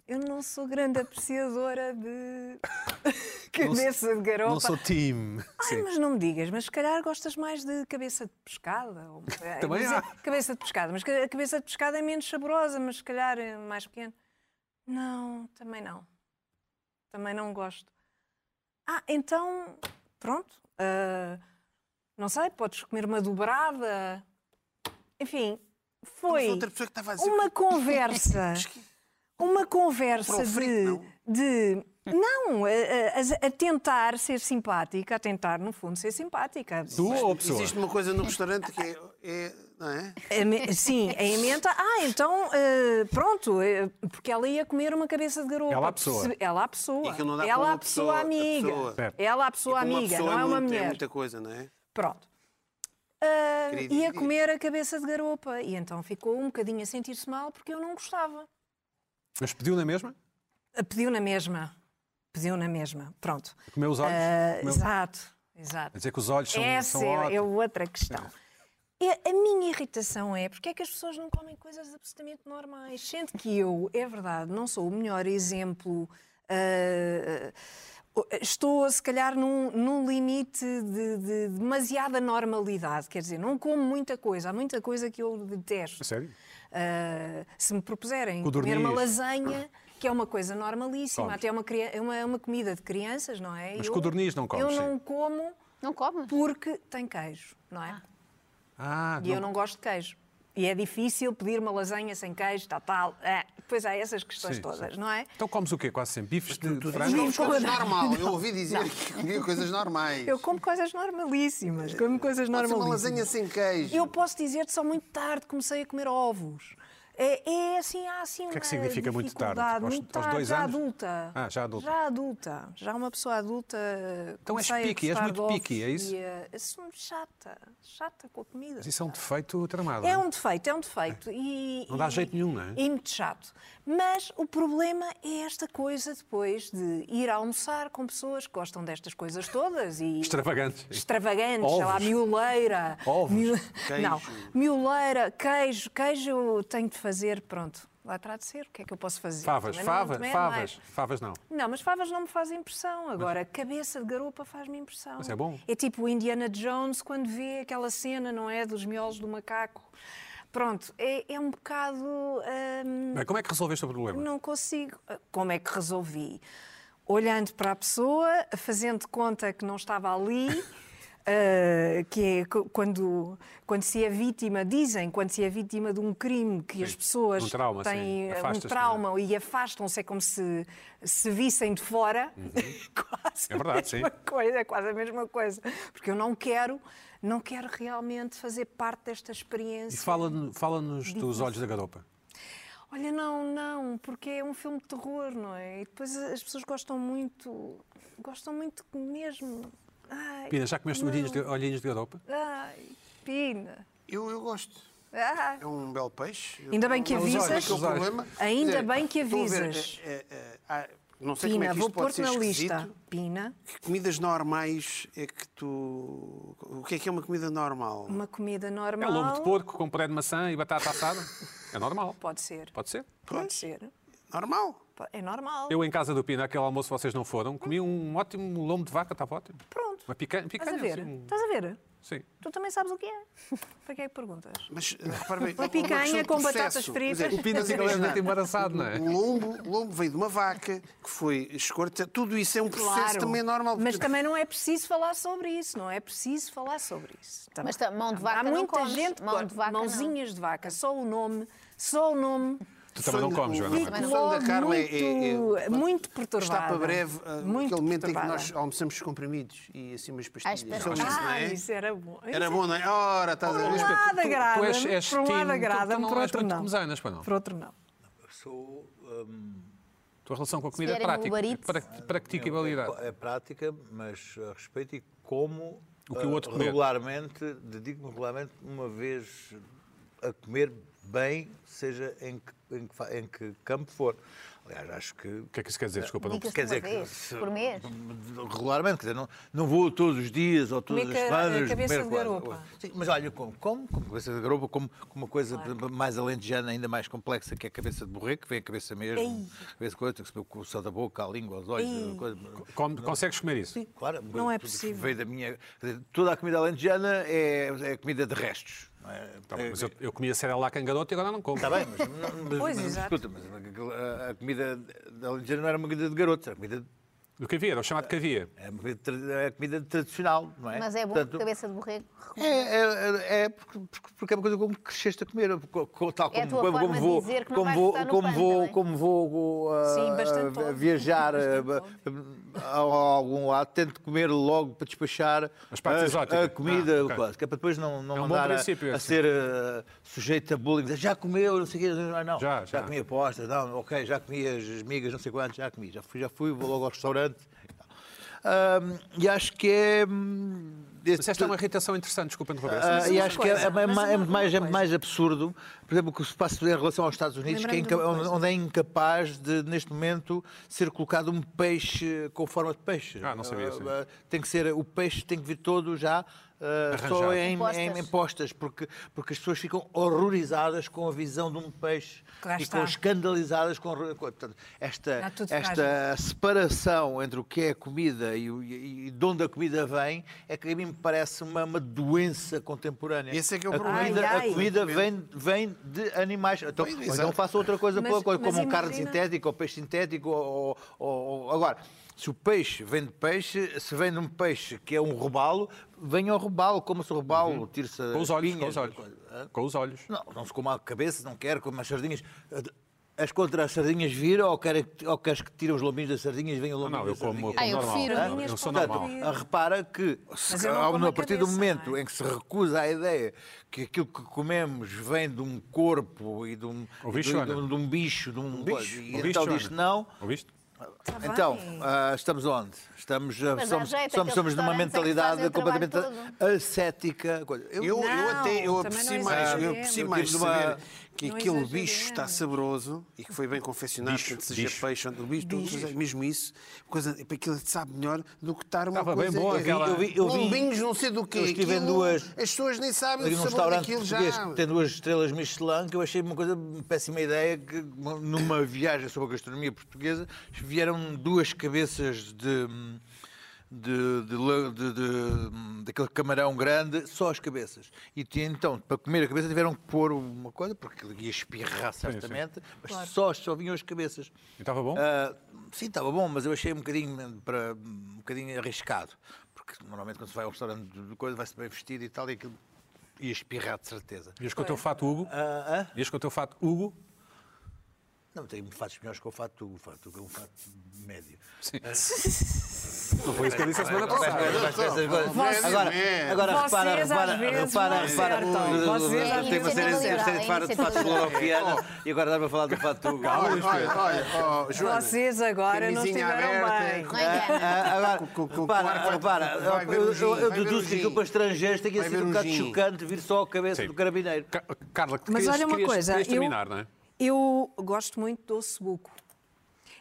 eu não sou grande apreciadora de cabeça de garopa. Não sou time. Ai, mas não me digas, mas se calhar gostas mais de cabeça de pescada. ou- eh, Também mas há. é- Cabeça de pescada, mas ca- a cabeça de pescada é menos saborosa, mas se calhar é mais pequena. Não, também não. Também não gosto. Ah, então, pronto. ah, não sei, podes comer uma dobrada. Enfim, Mas foi outra pessoa que estava a dizer. uma conversa. um Uma conversa Para o frito, de. de não, a, a- a tentar ser simpática, a tentar, no fundo, ser simpática. Tu ou a pessoa? Existe uma coisa no restaurante que é. é- não é? A me- Sim, a emenda. Ah, então, eh, pronto, eh, porque ela ia comer uma cabeça de garoto. Ela à pessoa. Ela à pessoa. E aquilo não dá para ela uma à pessoa, pessoa- a amiga. pessoa. Certo. Ela à pessoa Uma amiga, pessoa não é uma muito- mulher. muita coisa, não é? Pronto. Ah, Queria ia dividir. comer a cabeça de garopa. E então ficou um bocadinho a sentir-se mal porque eu não gostava. Mas pediu na mesma? Ah, Pediu na mesma. Pediu na mesma. Pronto. Comeu os olhos? Ah, Comeu- Exato, exato. A dizer que os olhos são, Essa são é, é ótimos. outra questão. É, a minha irritação é porque é que as pessoas não comem coisas absolutamente normais. Sendo que eu, é verdade, não sou o melhor exemplo. ah, estou, se calhar, num, num limite de, de demasiada normalidade. Quer dizer, não como muita coisa. Há muita coisa que eu detesto. Sério? Uh, se me propuserem Codorniz. comer uma lasanha, que é uma coisa normalíssima, Comes. até é uma, cria- é uma, é uma comida de crianças, não é? Mas Eu- codorniz não comes, Eu sim. não como Não come? porque tem queijo, não é? Ah, e eu não gosto de queijo. E é difícil pedir uma lasanha sem queijo, tal, tal. É, depois há essas questões Sim, todas, não é? Então comes o quê? Quase sempre bifes de, de Mas frango? não, as coisas Não. normal. Eu ouvi dizer que comia coisas normais. Eu como coisas normalíssimas, como coisas Pode ser uma normalíssimas. lasanha sem queijo. Eu posso dizer-te só muito tarde comecei a comer ovos. É, é assim, há assim uma que é que significa muito dificuldade, tarde? Aos- Muito aos tarde, dois já anos? adulta. Ah, já adulta. Já adulta. Já uma pessoa adulta. Então és comecei a picky, és gostar muito de ovos picky, é isso? E, eh, eu sou chata, chata com a comida. Mas isso é um defeito tramado. É não é? um defeito, é um defeito. E, Não dá e- jeito nenhum, não é? E muito chato. Mas o problema é esta coisa depois de ir almoçar com pessoas que gostam destas coisas todas e Extravagante. extravagantes, sei lá, Ovos. mioleira. Ovos, Queijo. Não, mioleira, queijo, queijo eu tenho de fazer, pronto. Lá terá de ser, o que é que eu posso fazer? Favas, Também não- favas, também é favas. mais. Favas não. Não, mas favas não me fazem impressão. Agora, cabeça de garupa faz-me impressão. Mas é bom. É tipo o Indiana Jones quando vê aquela cena, não é? Dos miolos do macaco. Pronto, é, é um bocado. hum, Bem, como é que resolveste o problema? não consigo. Como é que resolvi? Olhando para a pessoa, fazendo de conta que não estava ali. ah, que é co- quando, quando se é vítima, dizem, quando se é vítima de um crime que as pessoas um trauma, sim. é? têm ah, um Afastas-te, trauma e afastam-se, é como se se vissem de fora. quase Uhum. É verdade, a mesma coisa, é quase a mesma coisa. Porque eu não quero, não quero realmente fazer parte desta E experiência. fala-nos dos olhos da garopa. Olha, não, não, porque é um filme de terror, não é? E depois as pessoas gostam muito, gostam muito mesmo. Ai, Pina, já comeste não. olhinhos de, olhinhos de garopa? Ai, Pina. Eu, eu gosto. Ai. É um belo peixe. Ainda bem que Não sei qual avisas. é que é o problema. Ainda Quer bem que estou a ver, avisas. eh, eh, ah, não sei como é Pina, que vou isto pode pôr-te ser na esquisito. lista. Pina, Que comidas normais é que tu. O que é que é uma comida normal? uma comida É normal. lombo de porco com puré de maçã e batata assada. É normal. Pode ser. Pode ser. Pode ser. Normal. É normal. Eu, em casa do Pina, aquele almoço vocês não foram, comi um ótimo lombo de vaca, estava ótimo. Pronto. Uma picanha, Estás picanha a ver? assim, um- Estás a ver? Sim. Tu também sabes o que é. Para que é que perguntas? Mas, repara bem, Uma é questão picanha de com processo. batatas fritas. Quer dizer, O Pina mas assim, ele é imagina, muito embaraçado, não é? O lombo, o lombo veio de uma vaca que foi escorta. Tudo isso é um processo também normal. Mas porque- também não é preciso falar sobre isso, não é preciso falar sobre isso. Também. Mas tá- mão de Há- vaca Há não muita comes, gente que mão come de vaca não. mãozinhas de vaca, só o nome, só o nome. Tu também não comes, o- Joana. não é? Fico Mas logo o da Carla é- muito, é- é- muito perturbada. Está para breve ah, muito aquele momento em que perturbada. nós almoçamos comprimidos e assim umas pastilhas. espera. Só isso, não Ah, é? isso era bom. Era bom, não é? Ora, estás a Por um ver? lado agrada-me, por um lado team, tu, tu agrada-me, não por és outro muito não. comezanas, pá, não. é, Por outro não. Sou, hum, Tua relação com a comida é vierem um prática, Uber Eats- pra- practica e validade. é, é prática, mas a respeito e como O que o outro ah, comer. regularmente, dedico-me regularmente uma vez a comer bem, seja em que, em que fa- em que campo for. Aliás, acho que O que é que isso quer dizer? Desculpa, não Diga- percebi. Quer dizer, uma vez que por mês? Regularmente, quer dizer, não, não vou todos os dias ou todas Comer as ca- semanas. cabeça comer de quase. garopa. Sim, mas olha, como, como, como cabeça de garopa, como, como uma coisa por exemplo, mais alentejana, ainda mais complexa, que é a cabeça de borrego, que vem a cabeça mesmo, Ei. cabeça de coisa, tem que se comer com o céu da boca, a língua, os olhos, Ei. a coisa. Come- Consegues comer isso? Sim, claro. um Não é tudo que possível. Veio da minha, quer dizer, toda a comida alentejana é, é comida de restos. não é? Tá bem, mas eu, eu comia cerealac em garoto e agora não como. Está bem, mas, não- mas, Pois, mas exato. escuta, mas a, a comida da alentejana não era uma comida de garotos, era comida de Do que havia, era o chamado que havia. É uma comida tra- é comida tradicional, não é? Mas é bom, Portanto, cabeça de borrego. É, é, é porque, porque- porque é uma coisa como cresceste a comer, co- co- tal É a tua como, como, forma como de vou, dizer que não como vais vou, votar no é? como PAN vou, também. como vou uh, Sim, bastante uh, óbvio. viajar uh, a, a algum lado, tento comer logo para despachar As partes a- exóticas. a comida, Ah, ok. quase, que é para depois não, não É um bom andar a, princípio a esse. ser uh, sujeito a bullying, dizer, já comeu, não sei o quê, não, não, Já, já. comia postas, não, ok, já comi as migas, não sei quantos, já comi, já fui, já fui, vou logo ao restaurante. e tal. Ahm, e acho que é. hum, Mas esta é uma irritação interessante, desculpa interromper. ah, Mas e uma acho que é, coisa, é mas ma- é uma- muito mais, uma é muito mais absurdo, por exemplo, o que se passa em relação aos Estados Unidos, que é Lembrei-me de uma inca- onde, coisa. onde é incapaz de, neste momento, ser colocado um peixe com forma de peixe. Ah, não sabia, sim. Ah, tem que ser, o peixe tem que vir todo já ah, só Arranjado. em, Em postas. em- em postas, porque, porque as pessoas ficam horrorizadas com a visão de um peixe. Lá está. Ficam escandalizadas com... a- com- Portanto, esta, Está tudo esta separação entre o que é a comida e, o- e- e de onde a comida vem é que a mim me parece uma, uma doença contemporânea. Esse é que é o a problema. Comida, Ai, ai. a comida vem, vem de animais. Então, Pois, ou exato. então faça outra coisa Mas- pela coisa, mas como um carne imagina- sintético ou peixe sintético. Ou, ou- ou- Agora, se o peixe vem de peixe, se vem de um peixe que é um robalo, venha ao robalo, coma-se o robalo, Uhum. tire-se com os as olhos, com Ah, espinhas, ah? os olhos. Hã? Com os olhos. Não, não se coma a cabeça, não quer, como as sardinhas. As contra as sardinhas viram ou, querem que- ou queres que tirem os lombinhos das sardinhas e venham os Não, não, eu lombinhos das como, eu como sardinhas? Ah, eu normal. prefiro Eu- minhas eu sou com normal. bacon. Ah, repara que Mas se, eu não como a, a partir do cabeça, momento não é? em que se recusa a ideia que aquilo que comemos vem de um corpo e de um, Ouviste, e de, Joana? de um- de um bicho, de um, bicho. e Ouviste, então Joana? diz não. Ouviste? Tá Então, bem. ah, estamos onde? Estamos, ah, Mas dá jeito, somos, somos, aqueles somos numa restaurantes é que mentalidade fazem o trabalho completamente ascética. coisa. Eu, eu Não, até eu também aprecio não mais, eu exageremos. aprecio Eu mais tive uma- saber que Não é aquele exageremos. bicho está saboroso e que foi bem confeccionado, Bicho, tanto seja bicho. peixe, tanto bicho, tudo, Bicho. tudo, mesmo isso, coisa, para aquilo sabe melhor do que estar uma Estava bem coisa... boa eu vi- aquela- eu vi- eu vi- Lombinhos não sei do quê. Eu estive em aquilo, duas- As pessoas nem sabem Ali o num sabor um restaurante daquilo já. português que tem duas estrelas Michelin, que eu achei uma coisa, uma péssima ideia, que numa viagem sobre a gastronomia portuguesa vieram duas cabeças de. De, de, la- de- de- daquele camarão grande, só as cabeças. E tinha, então, para comer a cabeça, tiveram que pôr uma coisa, porque aquilo ia espirrar certamente, mas só, só vinham as cabeças. E estava bom? Ah, sim, estava bom, mas eu achei um bocadinho, para, um bocadinho arriscado. Porque normalmente quando se vai a um restaurante de coisa, vai-se bem vestido e tal, e aquilo ia espirrar de certeza. Ias com o teu fato Hugo? Ah, ah? Ias com o teu fato Hugo? Não, tem fatos melhores que o fato, o fato que é um fato médio. Ah. Sim. Não foi isso que eu disse a semana Agora, passada. Vocês- agora, Vocês, agora repara, às repara, vezes, repara, não repara. acertam. Vocês, Eu tenho uma às vezes, série- uma série de fatos de fatos iniciativa liberal. loroquiana e agora dá para falar do fato do Olha, olha, olha, oh, Joana, Vocês agora não camisinha estiveram aberta, bem. Não é, engana. Ah, Agora, Com- com- com- repara, com- repara, vai ver eu- um gin, eu, eu vai ver deduzo um que aquilo gin. para estrangeiros tenha Vai sido ver um um bocado gin. chocante vir só a cabeça Sim. do carabineiro. Ca- Carla, que Mas querias, olha uma querias- coisa, querias eu, terminar, não é? eu gosto muito do doce buco.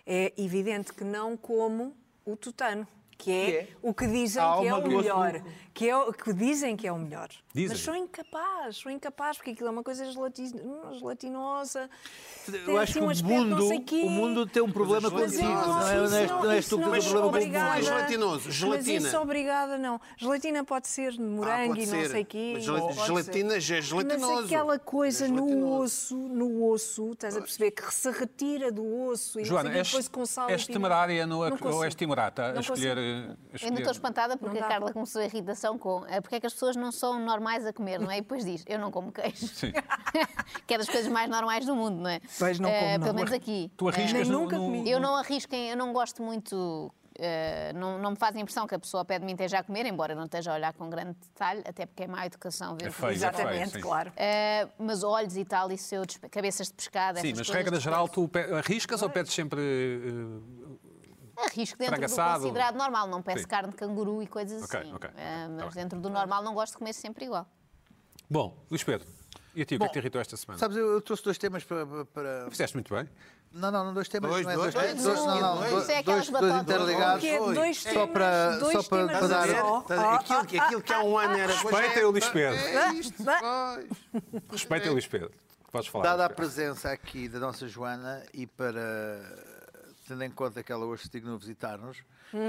É evidente que não como o tutano, que é, Que é? o que dizem A que é alma o do osso melhor, buco. que, é, o- que dizem que é o melhor. Dizem. Mas sou incapaz, sou incapaz, porque aquilo é uma coisa gelati- hum, gelatinosa. Eu acho assim que um o aspecto não mundo, sei quê. o mundo tem um problema Mas contigo. eu Não é, acho não é, isso não és tu que tens mas um problema sou contigo. obrigada. Não é gelatinoso, Mas isso é gelatina. obrigada, não. Gelatina pode ser de Ah, morango pode e não ser. sei quê. Mas pode ser. gelatina já é gelatinoso. Mas aquela coisa É no gelatinoso. osso, no osso, estás a perceber, que se retira do osso e Joana, não sei o és, quê, depois com sal e és pimenta. temerária no, Não ou consigo. és timorata a Não escolher... eh, consigo. a Eu ainda escolher- estou espantada porque Não a dá. Carla começou a irritação com "Ah, porque é que as pessoas não são normais a comer, não é? E depois diz, eu não como queijo. Sim. que é das coisas mais normais do mundo, não é? Queijo não Eh, como, não. Pelo menos aqui. Eh, Tu arriscas Nem no- nunca no- comi. Eu não arrisco, em- eu não gosto muito. eh, não, não me faz a impressão que a pessoa ao pé de mim esteja a comer, embora eu não esteja a olhar com grande detalhe, até porque é má educação ver É o que feio, diz. Feio, Exatamente, sim. claro. Eh, mas olhos e tal, isso eu despe- cabeças de pescado, Sim, essas mas coisas regra despeço. geral, tu pe- arriscas ou é? pedes sempre... eh, Arrisco dentro Fragassado. do considerado normal, não peço Sim. carne de canguru e coisas Ok, assim. ok, ok, Eh, tá mas bem. dentro do normal não gosto de comer sempre igual. Bom, Luís Pedro, e a ti, o que é que te irritou esta semana? Sabes, eu, eu trouxe dois temas para. para- para- Fizeste muito bem. Não, não, não dois temas. Dois, não é dois, temas, dois, não, não, dois. dois, Isso é aquelas dois, dois batatas. interligados. Que é Oi. dois Só temas, para- dois só para- temas para dar- Estás a ver? só. Estás a ver? é? oh, Aquilo, que- aquilo que há um ano era coisa. Respeita é- o Luís Pedro. É isto. Vá. pois. é. Respeita o Luís Pedro. Podes falar. Dada a Luís Pedro. presença aqui da nossa Joana e para tendo em conta que ela hoje se dignou visitar-nos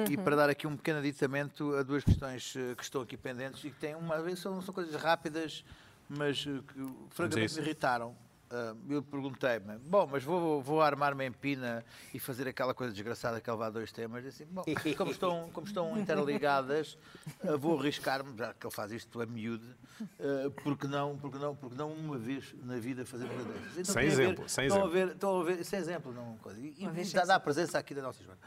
e para dar aqui um pequeno aditamento a duas questões eh, que estão aqui pendentes e que têm uma vez são, são coisas rápidas, mas eh, que francamente isso. me irritaram. Ah, eu perguntei-me, bom, mas vou, vou armar-me em pina e fazer aquela coisa desgraçada que levar dois temas. E assim, bom, como estão, como estão interligadas, ah, vou arriscar-me, já que ele faz isto a miúde, ah, porque não, porque não, porque não uma vez na vida fazer uma coisa dessas. Então, Sem tem a ver- exemplo, sem estão a exemplo. ver, estão a ver, sem exemplo, não coisa. E, e Uma vez sem dá, dá a presença aqui da nossa Joana.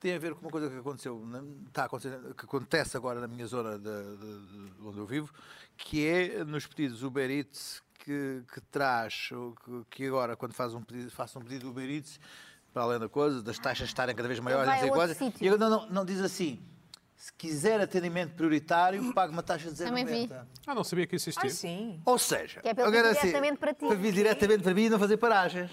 Tem a ver com uma coisa que aconteceu, na- está acontecendo, que acontece agora na minha zona de, de- de onde eu vivo, que é nos pedidos Uber Eats que, que traz, o que, que agora quando faz um pedido, faço um pedido Uber Eats, para além da coisa, das taxas estarem cada vez maiores, vai não sei a outro quais, sítio. e agora não, não, não diz assim, se quiser atendimento prioritário, pague uma taxa de Também vi. 0,90. Ah, não sabia que isso existia. Ah, sim. Ou seja, Que é para ele vir agora assim, diretamente para ti. para vir diretamente para mim e não fazer paragens.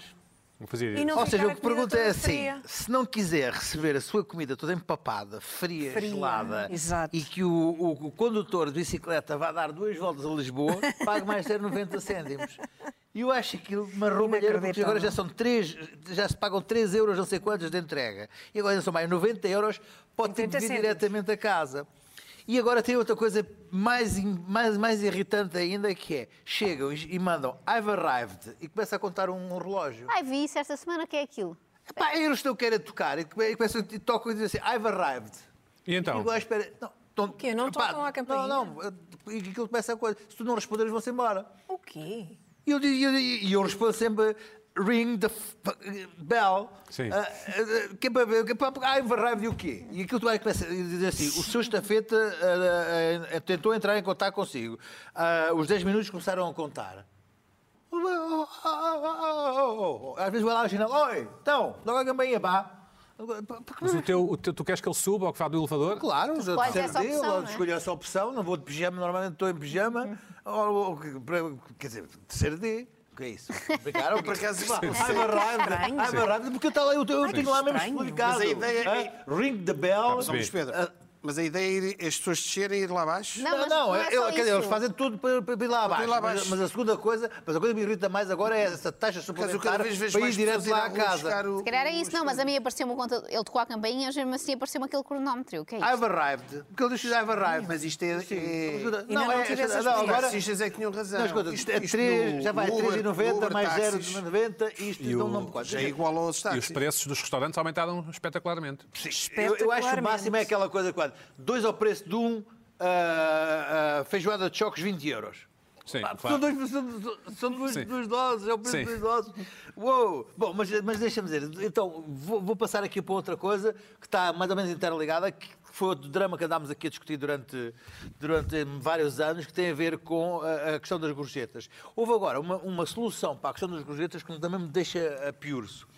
Não fazia E isso. não- Ou seja, ficar o a que comida pergunto é toda assim: fria. se não quiser receber a sua comida toda empapada, fria, Fria, gelada, exato. e que o, o- o condutor de bicicleta vá dar duas voltas a Lisboa, pague mais 0,90 cêntimos. E eu acho aquilo uma roubalheira, porque agora já são três, já se pagam 3 euros, não sei quantos, de entrega. E agora já são mais 90 euros, pode ter 80 vir cêntimos. diretamente a casa. E agora tem outra coisa mais, in- mais, mais irritante ainda, que é, chegam e e mandam, I've arrived, e começa a contar um relógio. Ai, vi isso esta semana, que é aquilo. Pá, euros não quero tocar. E come- e começam e tocam e dizem assim, I've arrived. E então? E eu, "Ah, espera, não, não, quê? Não pá, tocam à campainha? Não, não. eh, E aquilo começa a coisa. Se tu não responderes, vão-se embora. O quê? E eu, digo- e eu, digo- e eu respondo sempre, ring the f- bell. Sim. Ah, ah, que é para ver, que é para- I've arrived e o quê? E aquilo tu vai começa a dizer assim, o seu estafeta ah, ah, ah, tentou entrar em contato consigo. Ah, os 10 minutos começaram a contar. Oh, oh, oh, oh, oh. Às vezes vai lá ao ginásio, oi, então, logo a campainha, pá. Porque Mas o teu, o teu- tu queres que ele suba ou que vá do elevador? Claro, já escolhes depende essa dele, opção, ou não é? Uhum. escolho essa opção, não vou de pijama, normalmente estou em pijama, ou, ou- para- quer dizer, terceiro D. O que é isso? Brincaram? Por acaso, isto não Ai, barrado, ai, barrado, porque eu, tá lá, eu, eu tenho lá mesmo estranho. explicado. Mas a ideia é- Tá Hã? Ring the bell. Ah, Sim. Luís Pedro, mas a ideia é ir, as pessoas descerem e ir lá abaixo? Não, mas não, não é eu- só quer dizer, isso. eles fazem tudo para, para ir lá abaixo. lá mas- abaixo. Mas, a segunda coisa, mas a coisa que me irrita mais agora é essa taxa Por acaso, eu suplementar cada vez vejo para ir mais pessoas direto ir à lá à rua casa. buscar o- Se é calhar era o- isso, não, mas a mim apareceu-me um conta. Ele tocou a campainha, mas mesmo assim apareceu-me aquele cronómetro. O que é Ah, isso? I've arrived. Porque ele diz I've arrived. Mas isto é- Sim. é- Não, Ainda não é- tive essas não, Os agora, taxistas é que tinham razão. Não, escuta, isto Isto- é isto três- no- já vai no Uber- 3,90 Uber mais táxis 0,90 isto E o- não, não me quadra. Já é igual aos E os táxis. preços dos restaurantes aumentaram espetacularmente. Eu, eu acho que o Espetacularmente. máximo é aquela coisa quando dois ao preço de um, ah, ah, feijoada de chocos 20 euros. Sim, Pá, claro. São, dois, são, são duas, Sim. duas doses, é o preço Sim. de duas doses. Uou! Bom, mas, mas deixa-me dizer, então vou, vou passar aqui para outra coisa que está mais ou menos interligada, que foi outro drama que andámos aqui a discutir durante, durante eh, vários anos, que tem a ver com a, a questão das gorjetas. Houve agora uma, uma solução para a questão das gorjetas que também me deixa eh, a piurso.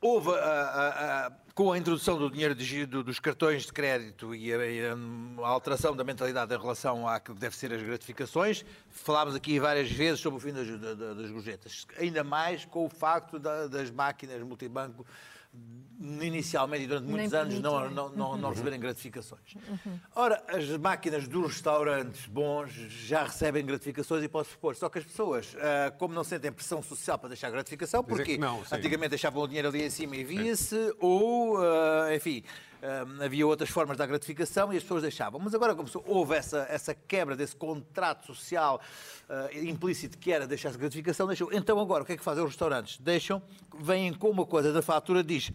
Houve, a- a- a- com a introdução do dinheiro digi- do- dos cartões de crédito e a, e a- a alteração da mentalidade em relação àquilo que deve ser as gratificações, falámos aqui várias vezes sobre o fim das, da- da- das gorjetas. Ainda mais com o facto da- das máquinas multibanco inicialmente e durante muitos anos permite, não, não é? não, não, não receberem gratificações. Ora, as máquinas dos restaurantes bons já recebem gratificações e posso supor, só que as pessoas, ah, como não sentem pressão social para deixar gratificação, Dizer porque que não, sim. antigamente deixavam o dinheiro ali em cima e via-se, ou, ah, enfim, ah, havia outras formas da gratificação e as pessoas deixavam. Mas agora, como se houve essa, essa quebra desse contrato social ah, implícito que era deixar-se gratificação, deixou. Então agora, o que é que fazem os restaurantes? Deixam, vêm com uma coisa da fatura, diz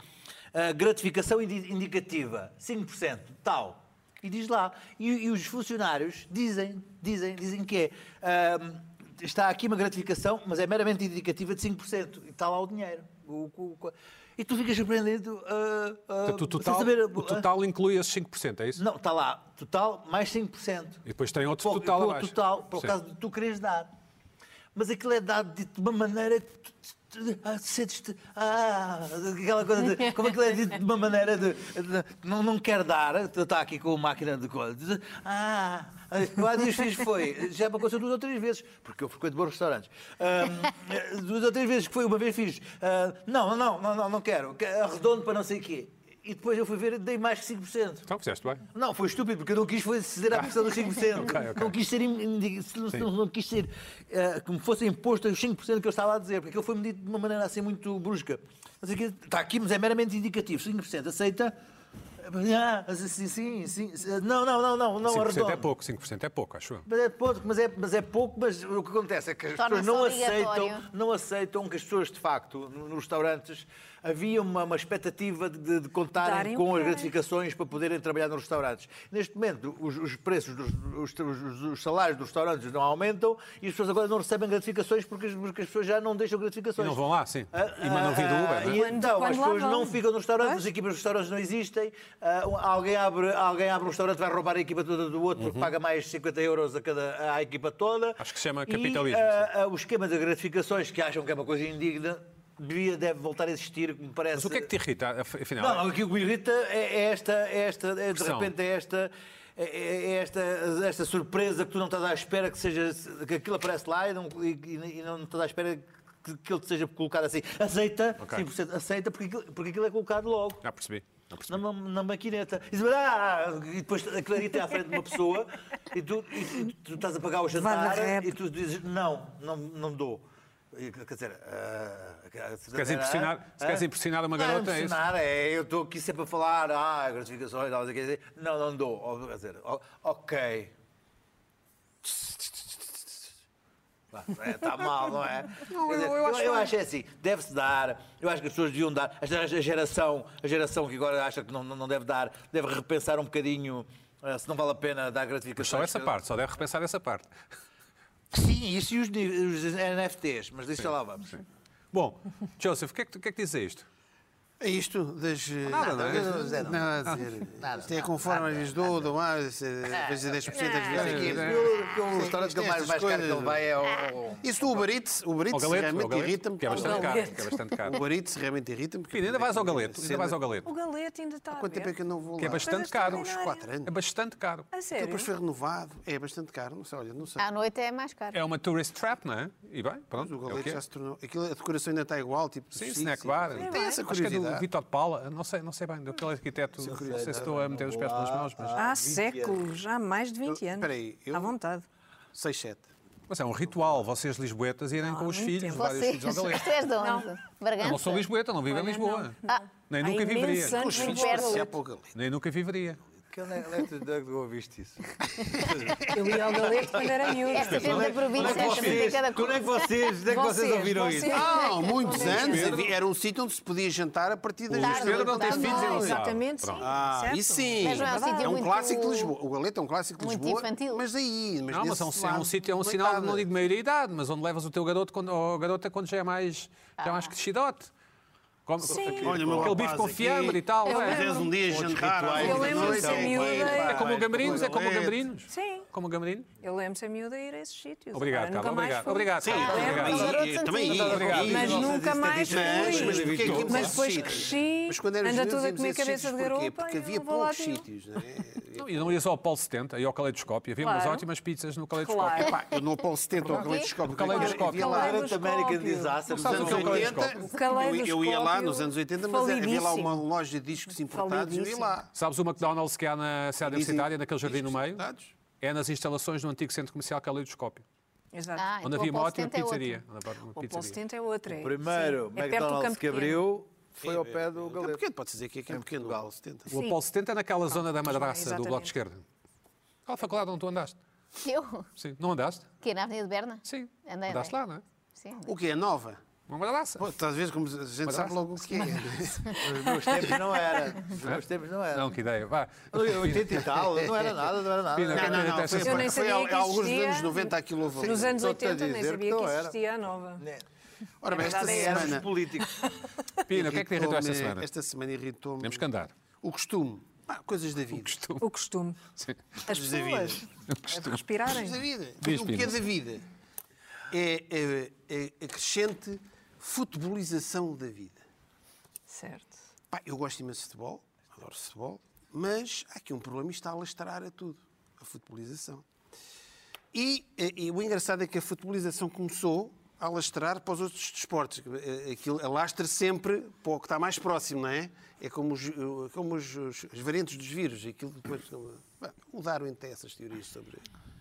ah, gratificação indi- indicativa, 5%, tal. E diz lá. E, e os funcionários dizem, dizem, dizem que é. ah, está aqui uma gratificação, mas é meramente indicativa de 5%. E está lá o dinheiro. O- o- o- e tu ficas surpreendido. ah, ah, Portanto, o sem total, saber, o ah, total inclui esses 5%, é isso? Não, está lá. Total mais 5%. E depois tem outro Para o- total para o abaixo. total, para o Sim. caso de tu quereres dar. Mas aquilo é dado de de uma maneira que tu, tu- tu- ah, tu sentes-te. Ah, aquela coisa de. Como aquilo é dito de uma maneira de. de- não, não quer dar, tu está aqui com a máquina de coisa. Ah, vários dias fiz foi. Já me aconteceu duas ou três vezes, porque eu frequento bons restaurantes. Ahm, duas ou três vezes que foi, uma vez fiz. ah, não, não, não, não, não quero. que- Arredondo para não sei o quê. E depois eu fui ver e dei mais que 5%. Então fizeste bem. Hum. Não, foi estúpido, porque eu não quis foi ceder à pressão dos 5%. Ok, ok. Não quis ser, im- indi- se não, se não- não quis ser eh, que me fosse imposto os 5% que eu estava a dizer, porque aquilo foi-me dito de uma maneira assim muito brusca. Mas aqui, está aqui, mas é meramente indicativo. 5% aceita. Ah, sim, sim, sim. Não, não, não, não, não 5% é arredondo. pouco, 5% é pouco, acho eu. Mas é, pouco, mas, é, mas é pouco, mas o que acontece é que as pessoas Torna-se não obrigatório. aceitam, não aceitam que as pessoas, de facto, no- nos restaurantes, havia uma, uma expectativa de, de- de contarem Darem o um com que as é. gratificações para poderem trabalhar nos restaurantes. Neste momento, os, os preços, dos, os, os- os salários dos restaurantes não aumentam e as pessoas agora não recebem gratificações porque, as- porque as pessoas já não deixam gratificações. E não vão lá, sim. Ah, E mandam vir do ah, Uber, não é? e então, Quando as lá pessoas vão. não ficam nos restaurantes, Pois. as equipas dos restaurantes não existem. ah, alguém, abre, alguém abre um restaurante, vai roubar a equipa toda do outro, que paga mais 50 euros a cada, à equipa toda. Uhum. Acho que se chama E, capitalismo, ah, ah, o esquema de gratificações, que acham que é uma coisa indigna, devia, deve voltar a existir, me parece. Mas o que é que te irrita, af- afinal? Não, o que me irrita é esta, é esta é de Pressão. repente é esta, é- é esta, esta surpresa que tu não estás à espera que seja que aquilo aparece lá e não, e- e não estás à espera que, que ele te seja colocado assim. Aceita, Ok. 100% aceita, porque aquilo, porque aquilo é colocado logo. Já percebi. Já percebi. Na, ma- na maquineta. E, diz, "Ah!" e depois a Clarita é à frente de uma pessoa e tu, e tu- tu estás a pagar o jantar rap. e tu dizes não, não, não dou. E, Quer dizer, ah, Se queres impressionar, se queres ah? impressionar uma Não, garota, é isso. impressionar, é, eu estou aqui sempre a falar, ah, gratificações, e tal, não, sei o quê. não, não dou. Ó, quer dizer, ó, ok. Está mal, não é? Quer dizer, eu- eu eu, acho eu bem. acho é assim, deve-se dar, eu acho que as pessoas deviam dar, a gera- a geração, a geração que agora acha que não, não não deve dar, deve repensar um bocadinho eh, se não vale a pena dar gratificações. Só essa Eu- parte, só deve repensar essa parte. Sim, isso e os, ni- os NFTs, mas deixa lá, vamos. Bom, Joseph, o que é que, o que, é que diz a isto? É isto das. Ah, Nada, não é? não. Nada a dizer. Isto é conforme às vezes dou, dou mais, eh, às vezes é 10%, às Mas vezes aqui, aqui. o- o restaurante que eu mais, Estas mais caro que ele coisas- vai é o. Isso do Uber Eats, Uber Ao Eats galeto, ao realmente galeto irrita-me. que é bastante caro. Que é bastante O caro. Uber Eats realmente irrita-me. porque Filho, ainda vais ao aquilo é galeto, ainda cena- vais ao galeto. O galete ainda está. Há a quanto tempo ver? é que eu não vou lá? Que é bastante Mas caro. é Uns 4 anos. É bastante caro. A Aquilo sério? depois então, foi renovado. É bastante caro. Não sei, olha, não sei. À noite é mais caro. É uma tourist trap, não é? E bem, pronto. Mas é o o galeto que é. já se tornou. Aquilo, a decoração ainda está igual, tipo. Sim, sushi, snack sim. bar. Tem bem. essa Acho que é do curiosidade. Vitor de Paula, não sei, não sei bem, daquele é arquiteto, não sei se é estou a meter os pés pelas mãos, mas, Ah. Há séculos, há mais de 20 anos. espera aí, eu- À vontade. 6, 7. mas é um ritual, vocês lisboetas irem com os Ah, muito filhos, tempo. vários Vocês, filhos ao galeto. vocês de onde? Não. Eu Bragança? não sou lisboeta, não vivo em Olha, Lisboa. não, não. Nem Há nunca imensos viveria. anos Os não filhos quero passear outro. para o galeto. Nem nunca viveria. Que elétrico que ouviste isso? Eu ia ao galete quando era miúdo. Esta gente da é província acha que tem cada Quando é coisa. que vocês, onde é que vocês, Vocês, ouviram isso? vocês. Não, muitos anos. Pedro- havia- Era um sítio onde se podia jantar a partir das. Luís duas da Pedro manhã não tem até às filhos, nove. ele sabe. Exatamente, sim. Pronto. Ah, certo. e sim. Mas não é um sítio um muito- clássico de Lisboa. O Galeto é um clássico de muito Lisboa. infantil. Mas aí, mas Não, mas nesse é um, é um lado, sítio, é um sinal, não coitada. digo maioria idade, mas onde levas o teu garoto quando, ou a garota quando já é mais, já é mais crescidote. Como, Ah. Sim. Olha, meu aquele bife rapaz com aqui, fiambre e tal. não é? Fazes um dia Ah, jantar. rituais à Eu lembro-me de noite, ser é um miúda banho, e- pá, É como vais gambrinos, para é o como galeto. gambrinos. Sim. Como gambrinos. Eu lembro-se a miúda ir a esses sítios. Obrigado, Agora, Carla, nunca mais obrigado. fui. Obrigado, Sim, Carla, Agora, obrigado. agora Também, outro também, sentido. obrigado. Mas nunca mais Mas, mas fui. porquê é que íamos Mas aos depois sítios? cresci, Mas quando éramos anda miúdos toda a íamos comer esses cabeça de sítios, porquê? garupa Porque e havia não vou lá poucos de nenhum. sítios, não é? quê? Não, e não ias ao Polo 70 e ao Caleidoscópio. Havia umas Claro. ótimas pizzas no Caleidoscópio. Claro. Epá, É eu não Apolo 70 ou O Caleidoscópio. caleidoscópio. Havia lá- Era American Caleidoscópio. Disaster. Não sabes nos o que é o anos 80. caleidoscópio? Eu, O eu ia lá caleidoscópio nos anos 80, mas havia lá uma falidíssimo. loja de discos importados. Eu ia lá. Sabes o McDonald's que há na cidade Dizem- universitária, naquele jardim no discos meio? importados. É nas instalações do antigo centro comercial Caleidoscópio. Exato. Ah, Onde então havia o uma Apollo ótima 70 é outro. pizzaria. Onde havia uma o Polo pizzaria. 70 é outra. é. Primeiro, Sim, é perto um do McDonald's Campo que Pequeno. abriu foi ao pé do Campo Galeto. Pequeno, pode dizer que é Campo Pequeno, Galo 70. O Sim. Apolo 70 é naquela zona da madraça do exatamente. Bloco de Esquerda. Qual a faculdade onde tu andaste? Eu? Sim. Não andaste? Que na Avenida de Berna? Sim. Andei, andaste andei. lá, não é? Sim. O que é? Nova? Uma madraça. Pô, Às vezes como a gente sabe logo o que é. Nos meus tempos não era. Nos meus tempos não era. Não, que ideia. Vá. 80 e tal, não era nada, não era Pina, nada. que Não, pena não, não. ter Foi, essa Eu parte. foi nem sabia há, que há alguns existia. anos 90 aquilo houve. Nos anos Estou-te a 80 nem dizer que sabia não que era. existia a nova. Ora bem, esta Na verdade é essa. semana. políticos. Pina, o que é que te irritou esta irritou-me- semana? Esta semana irritou-me. Temos que andar. O costume. Ah, coisas da vida. Costume. O costume. Sim. As Os da vida. pessoas respirarem. Coisas da vida. Diz, o que é Pina. da vida? É, é- é a crescente futebolização da vida. Certo. Pá, eu gosto imenso de futebol, adoro futebol, mas há aqui um problema, isto está a lastrar a tudo, a futebolização. E, eh, e o engraçado é que a futebolização começou a lastrar para os outros desportos. Eh, Aquilo alastra sempre para o que está mais próximo, não é? É como, os, eh, como os- os- as variantes dos vírus, aquilo depois... Bem, O Darwin tem essas teorias sobre...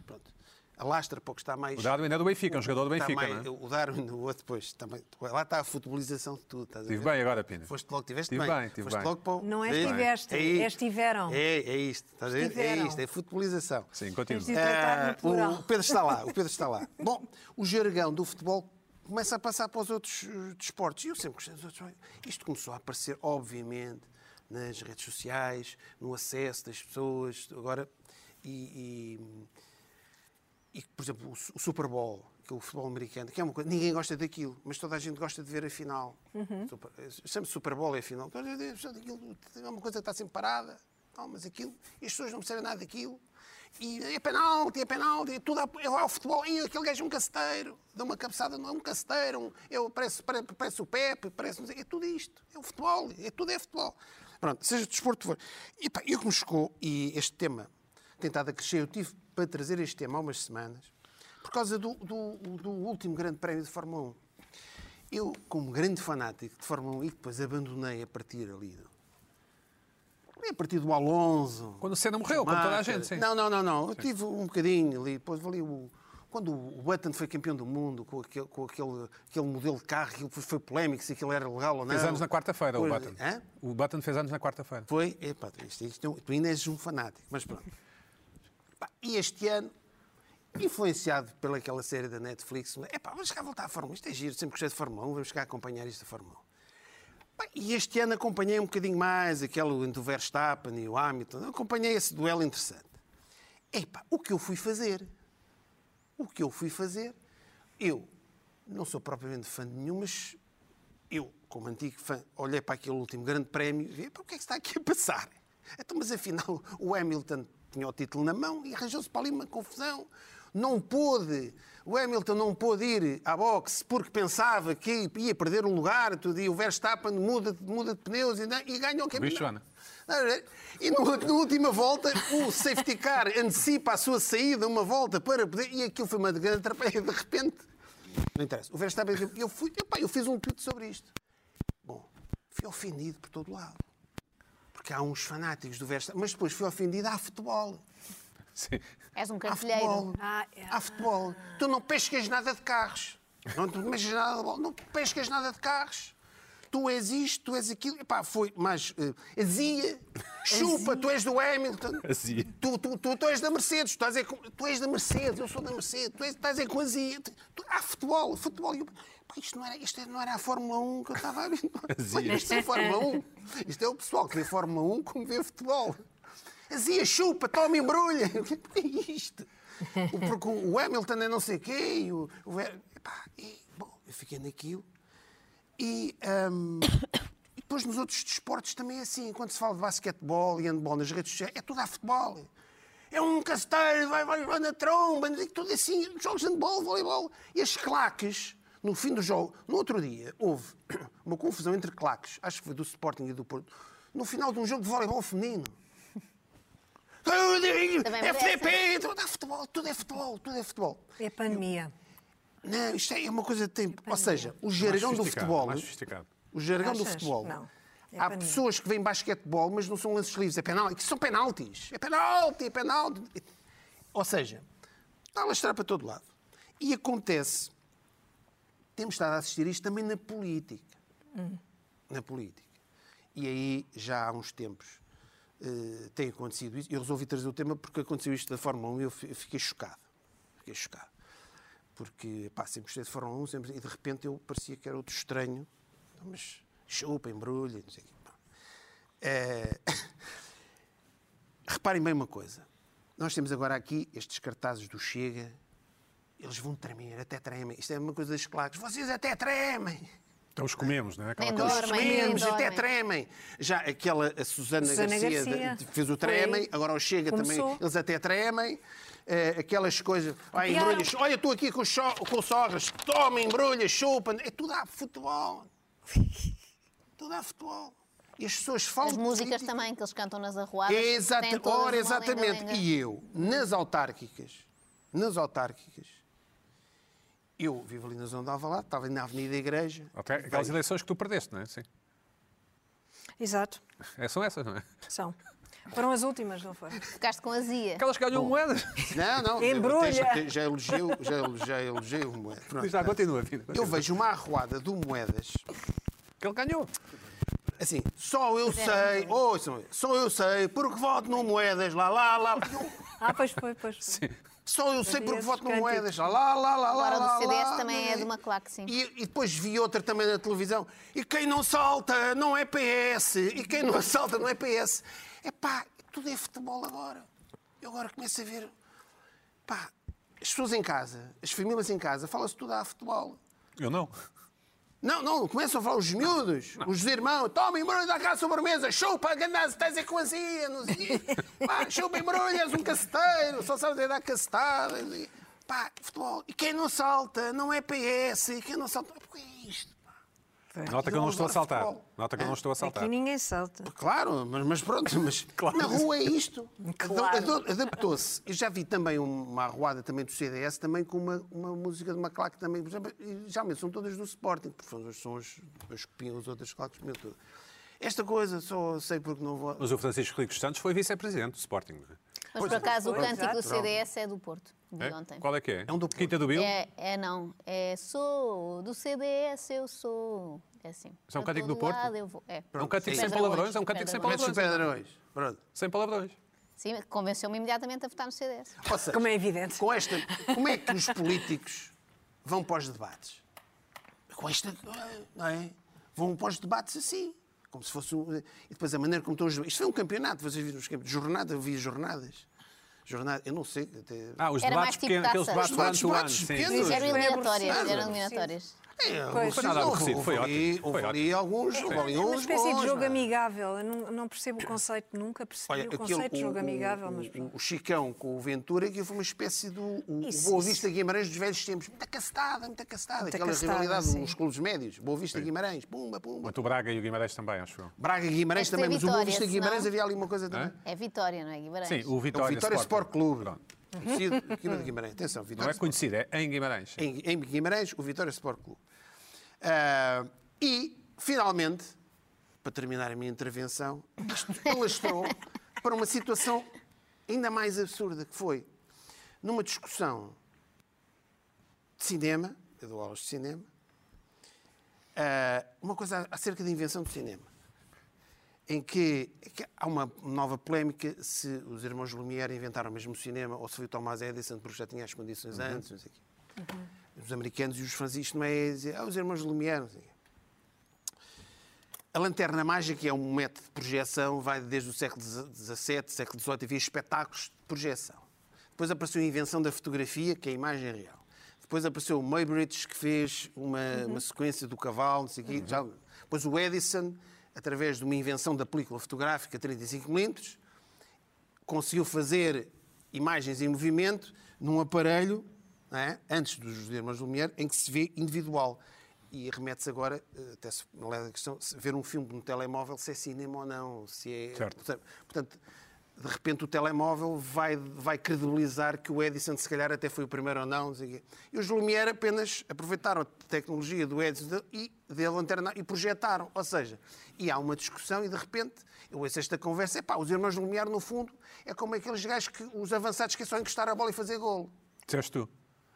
Pronto. Alastra para o que está mais... O Dado ainda é do Benfica, é um jogador do está Benfica, mais- não é? O Darwin, o outro, pois, também... Lá está a futebolização de tudo, estás a Estive ver? bem agora, Pina. Foste logo, tiveste Tive bem. É. bem, tive Foste bem. logo para o- Não é Vês? estiveste, aí. é estiveram. É, é isto, estás a ver? É Estiveram. isto, é futebolização. Sim, continua. Tens de tratar no Ah, plural. o Pedro está lá, o Pedro está lá. Bom, o jargão do futebol começa a passar para os outros eh, desportos. E eu sempre gostei dos outros. Isto começou a aparecer, obviamente, nas redes sociais, no acesso das pessoas. Agora, e, e, e, por exemplo, o, Su- o Super Bowl, que é o futebol americano, que é uma coisa, ninguém gosta daquilo, mas toda a gente gosta de ver a final. Super, sempre Super Bowl é a final. Toda a gente- só daquilo, É uma coisa que está sempre parada. Não, mas aquilo, e as pessoas não percebem nada daquilo. E é penalti, é penalti, é tudo. a- É lá o futebol, e aquele gajo é um caceteiro, dá uma cabeçada, não é um caceteiro, um, é, o- parece, pare- parece o Pepe, parece. não sei- É tudo isto, é o futebol, é tudo é futebol. Pronto, seja o desporto que for. E pá, eu que me chocou, e este tema tem estado a crescer. Eu tive para trazer este tema há umas semanas, por causa do, do- do último grande prémio de Fórmula 1. Eu, como grande fanático de Fórmula 1, e depois abandonei a partir ali do... A partir do Alonso. Quando o Senna morreu, como toda a gente, sim. Não, não, não, não. Eu tive um bocadinho ali, depois ali o. Quando o Button foi campeão do mundo, com aquele, com aquele, aquele modelo de carro, aquilo foi, foi polémico se aquilo era legal ou não. Fez anos na quarta-feira, o Pois- Button. Hã? O Button fez anos na quarta-feira. Foi, epá, isto, isto, tu ainda és um fanático, mas pronto. Pá, E este ano, influenciado pelaquela série da Netflix, epá, vamos cá voltar à Fórmula 1, isto é giro, sempre gostei de Fórmula 1, vamos cá acompanhar isto da Fórmula 1. Pá, E este ano acompanhei um bocadinho mais aquele entre o Verstappen e o Hamilton, acompanhei esse duelo interessante. Epá, o que eu fui fazer? O que eu fui fazer? Eu não sou propriamente fã de nenhum, mas eu, como antigo fã, olhei para aquele último grande prémio e vi, "Pá, o que é que está aqui a passar? Então, mas afinal, o Hamilton tinha o título na mão e arranjou-se para ali uma confusão. Não pôde, o Hamilton não pôde ir à boxe porque pensava que ia perder o lugar, tudo, e o Verstappen muda, muda de pneus e, não- e ganha o Viste, campeonato. Joana? Estás a ver? E no- na última volta, o safety car antecipa a sua saída uma volta para poder. E aquilo foi uma grande atrapalha de repente. Não interessa. O Verstappen. Eu, fui, epá, eu fiz um tweet sobre isto. Bom, fui ofendido por todo lado. Porque há uns fanáticos do Verstappen. Mas depois fui ofendido há futebol. Sim. És um Há cantilheiro. futebol. Ah, é. Há futebol. Tu não pescas nada de carros. Não te mexes nada de bola. Não pescas nada de carros. Tu és isto, tu és aquilo. Epá, foi mais eh, azia. Chupa, tu és do Hamilton. Azia. Tu, tu, tu, tu és da Mercedes. Tu, estás aí com- tu és da Mercedes, eu sou da Mercedes. Tu és, estás aí com azia. Tu- tu- há futebol, futebol. E eu, pá, isto, não era, isto não era a Fórmula 1 que eu estava a ver. Azia. Isto é Fórmula 1. Isto é o pessoal que vê Fórmula 1 como vê futebol. Azia, chupa, toma e embrulha. O que é isto? O- Porque o Hamilton é não sei o quê. e O, o, Ver- epá, e, bom, eu fiquei naquilo. E, hum, e depois nos outros desportos também é assim. Quando se fala de basquetebol e handball nas redes sociais, é tudo a futebol. É um casteiro, vai, vai, vai na tromba, e tudo assim. Jogos de handball, voleibol. E as claques, no fim do jogo, no outro dia, houve uma confusão entre claques, acho que foi do Sporting e do Porto, no final de um jogo de voleibol feminino. tudo, Também merece. FDP, tudo é futebol, tudo é futebol, tudo é futebol. É a pandemia. Não, isto é uma coisa de tempo. Ou seja, o jargão do É sofisticado, é futebol. mais sofisticado. O jargão do Achas? futebol. Não. É Há para mim. pessoas que veem basquetebol, mas não são lances livres. É penal. Que são penaltis. É penalti, é penalti. Ou seja, está a lastrar para todo lado. E acontece. Temos estado a assistir isto também na política. Hum. Na política. E aí, já há uns tempos, eh, tem acontecido isso. Eu resolvi trazer o tema porque aconteceu isto da Fórmula 1 e eu fi- fiquei chocado. Fiquei chocado porque pá, sempre gostei de Fórmula 1 sempre, e de repente eu parecia que era outro estranho, Então, mas chupa, embrulha, não sei o quê. pá. Eh, Reparem bem uma coisa, nós temos agora aqui estes cartazes do Chega, eles vão tremer, até tremem, isto é uma coisa das claques, vocês até tremem, Então os comemos, não é? Aquela Nem coisa- dorme. Dormem, trememos, dormem. até é, tremem. Já aquela a Susana, Susana Garcia, Garcia. de- fez o Foi. tremem, agora o Chega também, Começou. eles até tremem. Eh, aquelas coisas, ai, Copiaram. embrulhas, olha, estou aqui com, o so com o Sogras, toma, embrulha, chupa, é tudo a futebol. tudo a futebol. E as pessoas falam As de músicas política. também que eles cantam nas arruadas. Exata- têm todas Ora, uma exatamente. lenga-lenga. E eu, nas autárquicas, nas autárquicas, eu vivo ali na zona de Alvalade, estava ali na Avenida Igreja. Até Aquelas eleições que tu perdeste, não é? Sim. Exato, É, são essas, não é? são. Foram as últimas, não foram? Ficaste com azia. Aquelas que ganham moedas. Não, não. eu Embrulha. até Já, até já elogiou, já elogiou, já elogiou o Moedas. Pronto. Já continua, filho. Eu vejo uma arruada do Moedas. Que ele ganhou. Assim, só eu sei, ouçam, só eu sei, porque voto no Moedas, lá, lá, lá. Eu- Ah, pois foi, pois foi. Só eu sei porque esses voto no cânticos. Moedas, lá, lá, lá, lá. Agora, lá, o do CDS lá, também lá. é de uma claque, sim. E, e depois vi outra também na televisão. E quem não salta não é PS. E quem não salta não é PS. É pá, tudo é futebol agora. Eu agora começo a ver. Pá, as pessoas em casa, as famílias em casa, fala-se tudo a futebol. Eu não. Não, não, começam a falar os miúdos, os irmãos, tomem embrulho da cá a sobremesa, chupa, gandasse, estás a coazia, não sei o quê. Pá, chupa embrulho, és um caceteiro, só sabes é dar cacetada. não sei o quê. Pá, futebol. E quem não salta não é PS, e quem não salta. Pá, Porque é isto? pá. Nota que eu não estou a saltar. Futebol. Nota que eu não É. estou a saltar. Aqui ninguém salta. Claro, mas, mas pronto, mas na rua é isto. Claro. Ado- ado- Adaptou-se. Eu já vi também um, uma arruada também do CDS, também com uma, uma música de uma claque também. por exemplo, e Geralmente são todas do Sporting, porque são, são os, os que copiam os outros claques, copiam tudo. Esta coisa só sei porque não vou. Mas o Francisco Rico Santos foi vice-presidente do Sporting, não é? Mas por acaso o Pois, cântico do exato. CDS é do Porto, de É? ontem. Qual é que é? É um do Porto. Quinta do Bill? É, é não. É sou do CDS, eu sou. É assim. Isso é um Para cântico do todo Porto? lado eu vou. É. É um cântico Sim. sem palavrões, é um cântico sem Mete-se palavrões. o pedrões. Pronto. Sem palavrões. Sim, convenceu-me imediatamente a votar no CDS. Ou seja, Como é evidente. com esta, como é que os políticos vão para os debates? Com esta, não é? Vão para os debates assim, como se fosse. um- E depois a maneira como estão os. Isto foi um campeonato, vocês viram os campeonatos? Jornada, eu vi jornadas. Jornada, eu não sei. Até... Ah, os Era debates mais tipo é pequenos, aqueles taças. debates durante o ano. Debates pequenos. Sim. Pois, Eram foi eliminatórias, aborrecido. eram eliminatórias. É, Pois. houve- Foi nada aborrecido, houve foi ali- ótimo, Houve foi ali alguns. Houve ali É uma uns espécie bons, de jogo não é? amigável. Eu não, não percebo o conceito nunca, percebi Olha, o aquele- conceito de o- jogo o- amigável, o- mas o, pronto. Chicão com o Ventura, aquilo foi uma espécie do o- o Isso, Boa isso. Vista Guimarães dos velhos tempos. Muita castada, muita castada. Muita Aquela castada, rivalidade sim. dos clubes médios. Boa Vista Guimarães, pumba, pumba. Quanto o Braga e o Guimarães também, acho eu. Braga e Guimarães Deve ter também, mas o Boa Vitória, Vista Guimarães senão- havia ali uma coisa também. É Vitória, não é Guimarães? Sim, o É o Vitória, Vitória Sport Clube. Pronto. Conhecido aqui no Guimarães. Atenção, Não Vitória é conhecido, é em Guimarães. sim. em, em Guimarães, o Vitória Sport Clube. Ah, e, finalmente, para terminar a minha intervenção, isto alastrou para uma situação ainda mais absurda que foi numa discussão de cinema, eu dou aulas de cinema, ah, uma coisa acerca da invenção do cinema. Em que, é que há uma nova polémica se os irmãos Lumière inventaram mesmo o cinema ou se foi o Thomas Edison, porque já tinha as condições Uhum. antes, não sei o quê os americanos e os franceses, isto não é dizer, ah, os irmãos Lumière. não sei o quê. A lanterna mágica, que é um método de projeção, vai desde o século XVII, século XVIII, havia espetáculos de projeção. Depois apareceu a invenção da fotografia, que é a imagem real. Depois apareceu o Maybridge, que fez uma, uma sequência do cavalo, não sei o quê. Já- depois o Edison, através de uma invenção da película fotográfica 35mm, conseguiu fazer imagens em movimento num aparelho, não é? antes dos irmãos Lumière, em que se vê individual. E remete-se agora, eh, até se me leva a questão, se ver um filme no telemóvel, se é cinema ou não. Se é... Certo. Portanto, de repente o telemóvel vai, vai credibilizar que o Edison se calhar até foi o primeiro ou não. não sei o quê. E os Lumière apenas aproveitaram a tecnologia do Edison e da lanterna e projetaram. Ou seja, e há uma discussão e de repente eu ouço esta conversa, é pá, os irmãos Lumière no fundo é como aqueles gajos que os avançados que é só encostar a bola e fazer golo. Disseste tu.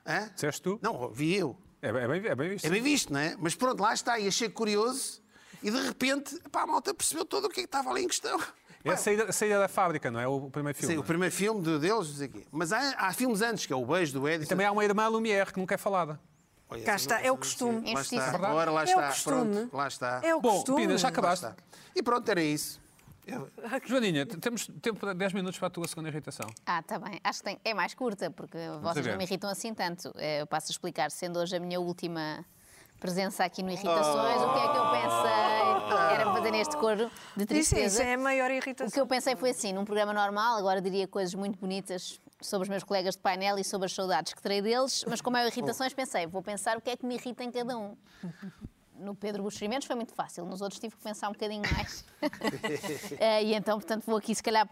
Hã? Disseste tu? Não, vi eu. É, bem- é bem, é bem visto. É bem visto, não é? Mas pronto, lá está, e achei curioso, e de repente, pá, a malta percebeu todo o que é que estava ali em questão. É a saída, a saída da fábrica, não é? O primeiro filme. Sim, o primeiro filme de deles, não sei o quê. mas há, há filmes antes, que é o Beijo do Edison. Também há uma irmã Lumière que nunca é falada. Olha, Cá essa está, não- é o costume. Lá Injustiça. está, É agora lá É o está, costume. pronto, lá está. É o Bom, costume. Pina, já Lá acabaste. está. E pronto, era isso. Eu- Joaninha, t- temos tempo para 10 minutos para a tua segunda irritação. Ah, está bem. Acho que tem- é mais curta, porque vocês ver. não me irritam assim tanto. Eh, Eu passo a explicar, sendo hoje a minha última presença aqui no Irritações, o que é que eu pensei era fazer neste coro de Isso, tristeza. isso é a maior O que irritação. eu pensei foi assim, num programa normal, agora diria coisas muito bonitas sobre os meus colegas de painel e sobre as saudades que terei deles, mas como é o irritações, pensei, vou pensar o que é que me irrita em cada um. No Pedro Buxerimentos foi muito fácil, nos outros tive que pensar um bocadinho mais. Eh, e então, portanto, vou aqui, se calhar,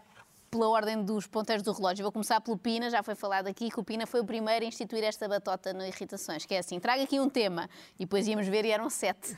pela ordem dos ponteiros do relógio. Vou começar pelo Pina, já foi falado aqui que o Pina foi o primeiro a instituir esta batota no Irritações, que é assim: traga aqui um tema. E depois íamos ver e eram sete.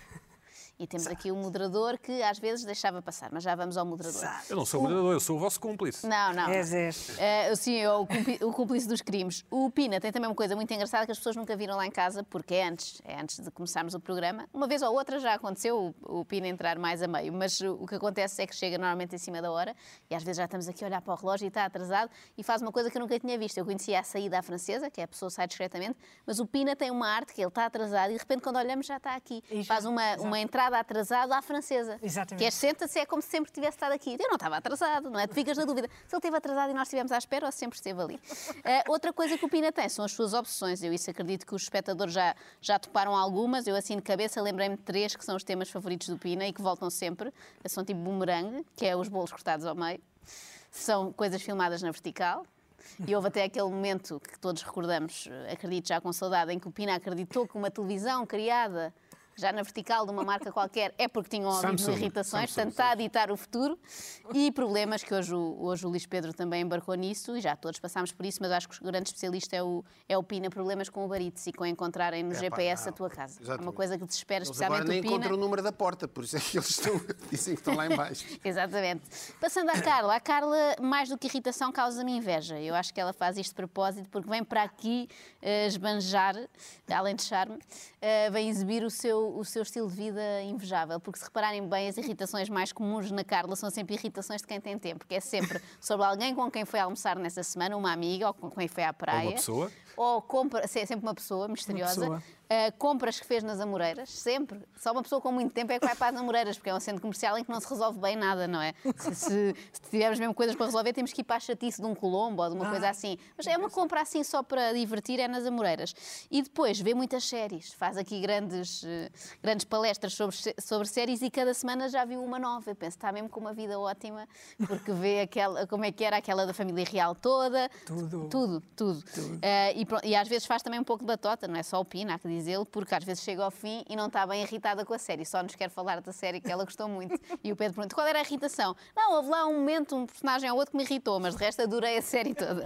E temos aqui o moderador que às vezes deixava passar, mas já vamos ao moderador. Eu não sou o moderador, eu sou o vosso cúmplice. Não, não. És, és. Eh, assim. sim, é o, cúmplice- o cúmplice dos crimes. O Pina tem também uma coisa muito engraçada que as pessoas nunca viram lá em casa, porque é antes, é antes de começarmos o programa. Uma vez ou outra já aconteceu o, o Pina entrar mais a meio, mas o, o que acontece é que chega normalmente em cima da hora e às vezes já estamos aqui a olhar para o relógio e está atrasado e faz uma coisa que eu nunca tinha visto. Eu conhecia a saída à francesa, que é a pessoa sai discretamente, mas o Pina tem uma arte que ele está atrasado e de repente quando olhamos já está aqui. E já, faz uma, uma entrada atrasada à francesa. Exatamente. Que é senta-se, é como se sempre tivesse estado aqui. Eu não estava atrasado, não é? Tu ficas na dúvida se ele esteve atrasado e nós estivemos à espera ou se sempre esteve ali. Eh, outra coisa que o Pina tem são as suas opções. Eu isso acredito que os espectadores já, já toparam algumas. Eu, assim de cabeça, lembrei-me de três que são os temas favoritos do Pina e que voltam sempre. São tipo boomerang, que é os bolos cortados ao meio. São coisas filmadas na vertical. E houve até aquele momento que todos recordamos, eh, acredito já com saudade, em que o Pina acreditou que uma televisão criada já na vertical de uma marca qualquer é porque tinham ouvido Samsung. irritações, Samsung, portanto está a ditar o futuro e problemas que hoje, o- hoje o Luís Pedro também embarcou nisso e já todos passámos por isso, mas acho que o grande especialista é o, é o Pina, problemas com o barites e com encontrarem no Epá, GPS a não. tua casa. É uma Exatamente. coisa que desespera Eles agora especialmente nem o Pina. encontram o número da porta, por isso é que eles estão, dizem que estão lá em baixo. Exatamente. Passando à Carla, a Carla, mais do que irritação, causa-me inveja. Eu acho que ela faz isto de propósito porque vem para aqui eh, esbanjar, além de charme, eh, vem exibir o seu, o seu estilo de vida invejável. Porque se repararem bem, as irritações mais comuns na Carla são sempre irritações de quem tem tempo, que é sempre sobre alguém com quem foi almoçar nessa semana, uma amiga, ou com quem foi à praia. pessoa. Ou compra, se é sempre uma pessoa misteriosa. pessoa. Uh, compras que fez nas Amoreiras, sempre. Só uma pessoa com muito tempo é que vai para as Amoreiras, porque é um centro comercial em que não se resolve bem nada, não é? Se, se- se tivermos mesmo coisas para resolver, temos que ir para a chatice de um Colombo ou de uma coisa assim. Mas é uma compra assim só para divertir, é nas Amoreiras. E depois vê muitas séries, faz aqui grandes, eh, grandes palestras sobre, sé- sobre séries e cada semana já viu uma nova. Eu penso, está mesmo com uma vida ótima, porque vê aquela, como é que era aquela da família real toda. Tudo. Tudo, tudo. Eh, e, pro- e às vezes faz também um pouco de batota, não é só o Pina, há que dizê-lo, porque às vezes chega ao fim e não está bem irritada com a série, só nos quer falar da série que ela gostou muito. E o Pedro pergunta: qual era a irritação? Não, houve lá um momento, um personagem ou outro que me irritou, mas de resto adorei a série toda.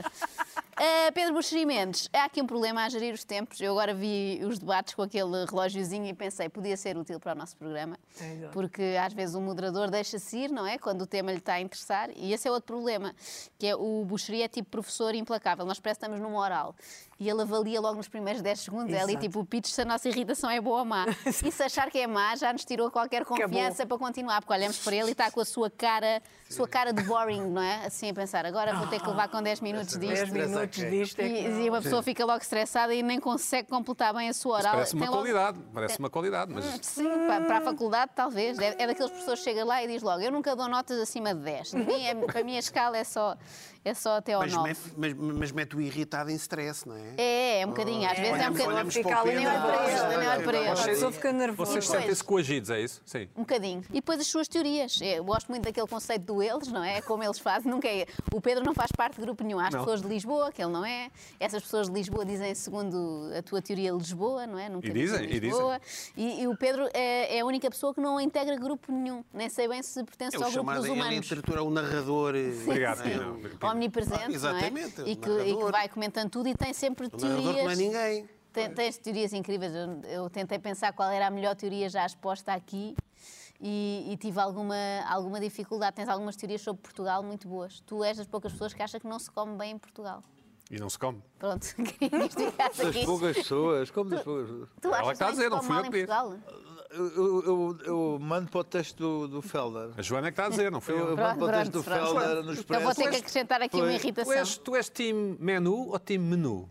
Eh, Pedro Buxeri Mendes, há aqui um problema a gerir os tempos. Eu agora vi os debates com aquele relógiozinho e pensei, podia ser útil para o nosso programa, Adoro. porque às vezes o moderador deixa-se ir, não é? Quando o tema lhe está a interessar. E esse é outro problema, que é o Buxeri é tipo professor implacável. Nós parece que estamos numa oral. E ele avalia logo nos primeiros 10 segundos. É ali Exato. tipo o pitch se a nossa irritação é boa ou má. E se achar que é má, já nos tirou qualquer é confiança para continuar, porque olhamos para ele e está com a sua cara, sua cara de boring, não é? Assim a pensar, agora vou ter que levar com Ah, 10 minutos disto. 10 minutos disto. É que E, não. e uma pessoa fica logo estressada e nem consegue completar bem a sua oral. parece uma Tem logo- Hum, qualidade, parece uma qualidade, mas Sim, pa- para, a faculdade talvez. É, é daqueles pessoas que chega lá e diz logo, eu nunca dou notas acima de 10. Para mim, é- para mim a escala é só, é só até ao Mas, 9. me- mas, mas mete-o irritado em stress, não é? É, é um bocadinho. Ah. Às vezes é um Olhamos- bocadinho. olhamos para o Nem olho Pedro. assim, para ele, nem olho para ele. A pessoa Vocês- fica nervosa. Vocês sentem-se coagidos, é isso? Sim. Um bocadinho. E depois as suas teorias. Eu gosto muito daquele conceito do eles, não é? Como eles fazem. Nunca é. O Pedro não faz parte de grupo nenhum. Há as Não. pessoas de Lisboa, que ele não é. Essas pessoas de Lisboa dizem, segundo a tua teoria, Lisboa, não é? Nunca E dizem, dizem e dizem. Lisboa. E, e o Pedro é, é a única pessoa que não integra grupo nenhum. Nem sei bem se pertence É ao o grupo chamado dos em humanos. literatura, o narrador. Obrigado, não é? Pina. Omnipresente, Ah, exatamente, não o é? E que, e que narrador. vai comentando tudo e tem sempre O narrador que não é teorias. ninguém. Tem- Tens teorias incríveis. Eu- Eu tentei pensar qual era a melhor teoria já exposta aqui e, e tive alguma, alguma dificuldade. Tens algumas teorias sobre Portugal muito boas. Tu és das poucas pessoas que acha que não se come bem em Portugal. E não se come. Pronto, queria que explicasse Das aqui. poucas pessoas, como das poucas pessoas. Tu Ela achas está a bem que dizer, se não come fui eu mal em que disse. Portugal? Eu, eu, eu mando para o texto do, do Felder. A Joana é que está a dizer, não fui Eu, eu eu. mando para o texto do pronto, pronto. Felder no Eu Expresso. vou ter Tu que és- acrescentar aqui uma tu és- Tu irritação. és, tu és time menu ou time menu?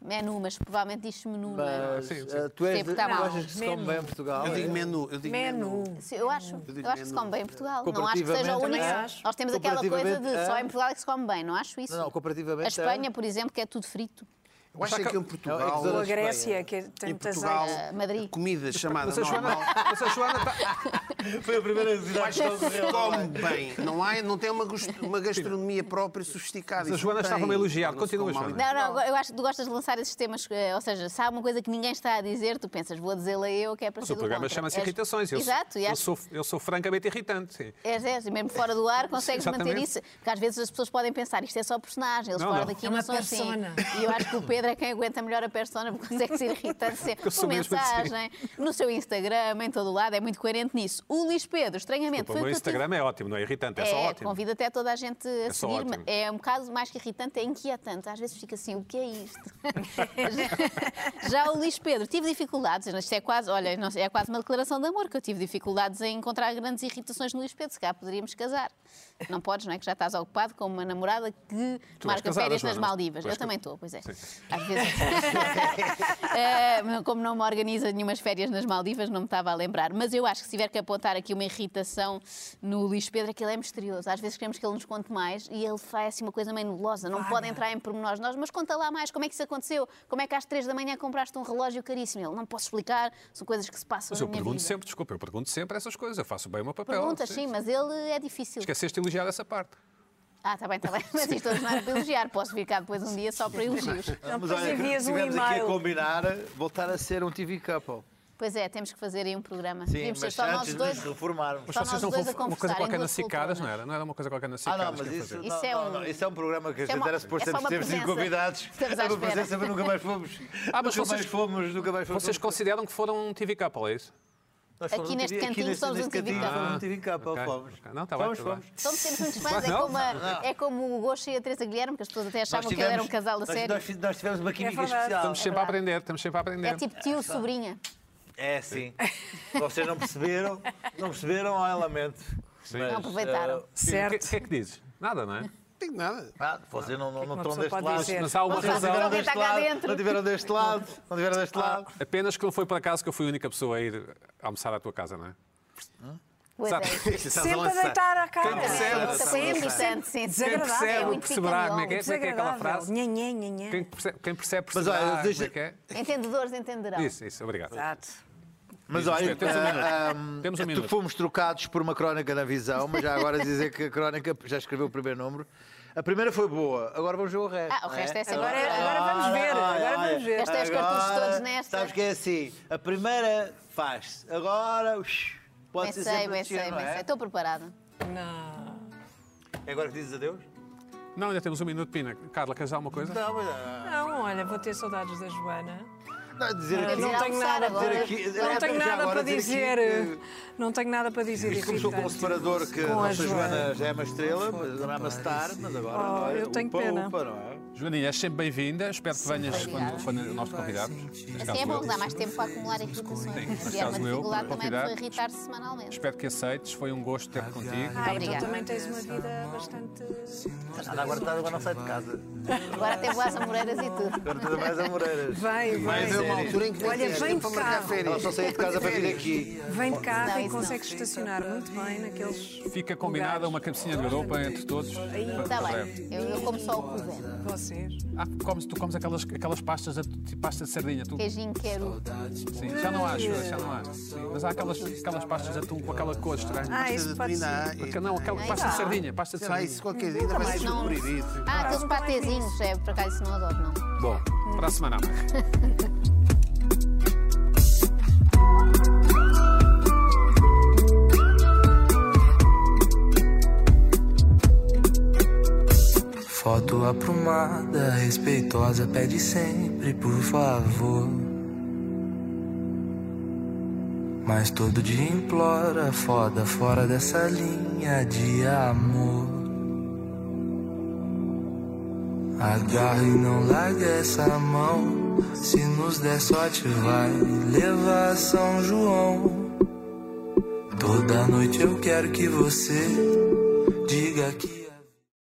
Menu, mas provavelmente diz menu, não é? Mas, Sim, sim. eh, tu és, Sempre tu está tá mal. achas que se come Menos. bem em Portugal? Eu digo é? menu. Eu digo Menu. Sim, Eu acho, digo eu acho que se come menu. bem em Portugal. Não acho que seja o Comparativamente, único. é. Também acho. Nós temos aquela coisa de Comparativamente, só é. em Portugal é que se come bem, não acho isso. Não, não, comparativamente. A Então? é. Espanha, por exemplo, que é tudo frito. Eu acho Mas que há em ca- Portugal. Ou Ou a a Grécia, que é Em tantas Portugal, Ah, Madrid. a comida chamada Mas a Joana, normal. mas a Joana tá- está. Foi a primeira cidade que Se come bem. Não, há, não tem uma, gos- uma gastronomia própria sofisticada. Mas a Isso Joana não tem. estava-me a elogiar. Não se Continua, come mal em Joana. Não, não, eu acho que tu gostas de lançar esses temas, eh, ou seja, se há uma coisa que ninguém está a dizer, tu pensas, vou dizê-la eu, que é para Mas ser o do programa contra. chama-se És- Irritações. Eu, Exato, e eu, acho- sou, eu sou francamente irritante. Sim. És, és, e mesmo fora do ar consegues manter Exatamente. isso. Porque às vezes as pessoas podem pensar, isto é só personagem, eles Não, fora não. daqui É não uma são persona. assim. E eu acho que o Pedro é quem aguenta melhor a persona, porque consegue ser irritante sempre. eu Por sou mesmo assim. mensagem, no seu Instagram, em todo o lado, é muito coerente nisso. O Luís Pedro, estranhamente, O foi o meu que eu tive- Instagram é ótimo, não é irritante, é, só É, ótimo. convido até toda a gente a só seguir-me. ótimo. É um bocado mais que irritante, é inquietante. Às vezes fica assim, o que é isto? Já o Luís Pedro, tive dificuldades. Isto é quase, olha, não sei, é quase uma declaração de amor, que eu tive dificuldades em encontrar grandes irritações no Luís Pedro. Se calhar poderíamos casar. Não podes, não é? Que já estás ocupado com uma namorada que Tu marca és casada, férias nas Joana, mas- Maldivas. tu Eu és também ca- estou, pois é. Sim. Às vezes. Eh, mas como não me organiza nenhumas férias nas Maldivas, não me estava a lembrar. Mas eu acho que se tiver que apontar aqui uma irritação no Luís Pedro, é que ele é misterioso. Às vezes queremos que ele nos conte mais e ele faz assim uma coisa meio nebulosa. Não Vai, pode não. entrar em pormenores nós, mas conta lá mais. Como é que isso aconteceu? Como é que às três da manhã compraste um relógio caríssimo? Ele não posso explicar, são coisas que se passam Mas na eu minha pergunto vida. sempre, desculpa, eu pergunto sempre essas coisas, eu faço bem o meu papel. Perguntas, sim, mas ele é difícil. Esqueceste de elogiar essa parte. Ah, está bem, está bem. Mas isto hoje não era para elogiar. Posso vir cá depois um dia só para elogios. Não, Ah, Mas depois envias um tivemos aqui a e-mail. combinar voltar a ser um TV couple. Pois é, temos que fazer aí um programa. Sim, Devíamos ser mas só nós antes de dois. nos reformarmos. Mas Só nós vocês não dois conf- a uma coisa conversar em qualquer na duas Cicadas, culturas, não era? Não era uma coisa qualquer na Ah, Cicadas? não, mas que ia isso, fazer? não, Isso é não, um- não, isso é um programa que a isso é gente uma- era suposto é só termos uma termos sido presença. convidados. Estamos à Era uma espera. presença, mas nunca mais fomos. Ah, mas nunca mais vocês- fomos, nunca mais fomos. Vocês consideram que foram um TV couple, é isso? Nós fomos Aqui no neste TV cantinho neste- somos neste um TV cantinho couple. Fomos um TV couple, Ok, fomos. ok. Não, tá bem, Fomos, tá bem. fomos. Somos sempre muitos fãs, é Não, como, a- é como o Gosha e a Teresa Guilherme, que as pessoas até achavam que ele era um casal a nós- sério. É Nós, nós tivemos uma química verdade. especial. Estamos sempre a verdade. aprender, estamos sempre a aprender. É tipo tio, sobrinha. É, sim. Vocês não perceberam, não perceberam, ah, lamento. Mas, Não aproveitaram. eh, Sim, O que, Certo. o que é que dizes? Nada, não é? Não digo nada. ah, vocês não, não, é que não uma estão pessoa deste pode lado. dizer? Mas há uma Não Vocês razão. tiveram Alguém deste está cá lado, dentro. Não tiveram deste lado. Não tiveram deste lado. Apenas que não foi por acaso que eu fui a única pessoa a ir almoçar à tua casa, não é? Pois Sabe? é. Sempre a deitar à cara. Quem percebe, Sim, sabe? é irritante, sim. Desagradável. Quem percebe, É muito perceberá como é que é, como é que é aquela Desagradável. frase. Nhe, nhe, nhe, nhe. Quem percebe, quem percebe, Mas, perceberá olha, como é deixa- Tá. que é. Entendedores entenderão. Isso, isso, obrigado. Exato. Mas Diz-nos, olha, Pedro, temos um minuto. ah, ah, Temos um tu- minuto. fomos trocados por uma crónica na visão, mas já agora dizer que a crónica já escreveu o primeiro número. A primeira foi boa, agora vamos ver o resto. Ah, o não resto é sempre- Agora é- agora vamos Ah, ver, agora vamos ver. Gastei os cartuchos Agora, todos nesta. Sabes que é assim, a primeira faz-se, agora ush, Bem pode ser sei, sempre bem o destino, sei, não bem é? sei. Estou preparada. Não. É agora que dizes adeus? Não, ainda temos um minuto, Pina. Carla, queres dar uma coisa? Não, mas... ah, Não, olha, vou ter saudades da Joana. Não, dizer Quer aqui... dizer, Não tenho almoçar nada agora. dizer aqui- Não é, tenho já nada agora para dizer dizer. eh, aqui Não tenho nada para dizer. Isto começou com um irritante. separador que é Com a a nossa Joana Joana. já é uma estrela, mas não é uma star, mas agora Oh, olha, eu tenho upa, pena. upa, não é? Joaninha, és sempre bem-vinda. Espero que venhas quando, quando nós te convidarmos. Neste Assim é caso bom eu. que dá mais tempo para acumular irritações. Sim, Se neste tiver caso uma eu, dificuldade para também a pessoa convidar. irritar-se semanalmente. Espero que aceites. Foi um gosto ter-te contigo. Ah, então Obrigada. também tens uma vida bastante. Nada, agora, está- agora não sai de casa. Agora até boas amoreiras e tudo. Agora tudo mais a Moreiras. Vem, Mas é uma vem. altura em que nem Olha, tens vem tempo para de marcar carro. Ela férias. só saiu de casa para vir aqui. Vem de carro Não, e isso não. consegues estacionar muito bem naqueles. Fica combinada lugares. uma cabecinha Tá de garopa entre todos. Está Tá bem, eu, eu como só o que puder. Vocês. Ah, comes, tu comes aquelas, aquelas pastas, a, tipo, pasta de sardinha. Tu, Queijinho quero. sim, já não há, as suas, já não há. Sim, mas há aquelas, aquelas pastas de atum com aquela cor estranha. Ah, isso pode ser. Porque não, aquela pasta de sardinha, pasta de Será sardinha. isso qualquer dia ainda vai ser Não. proibido. Ah, aqueles patezinhos, é, por acaso isso não adoro, não. Bom, para a semana. amém. Foto aprumada, respeitosa, pede sempre, por favor. Mas todo dia implora, foda, fora dessa linha de amor. Agarra e não larga essa mão. Se nos der sorte, vai levar São João. Toda noite eu quero que você diga que.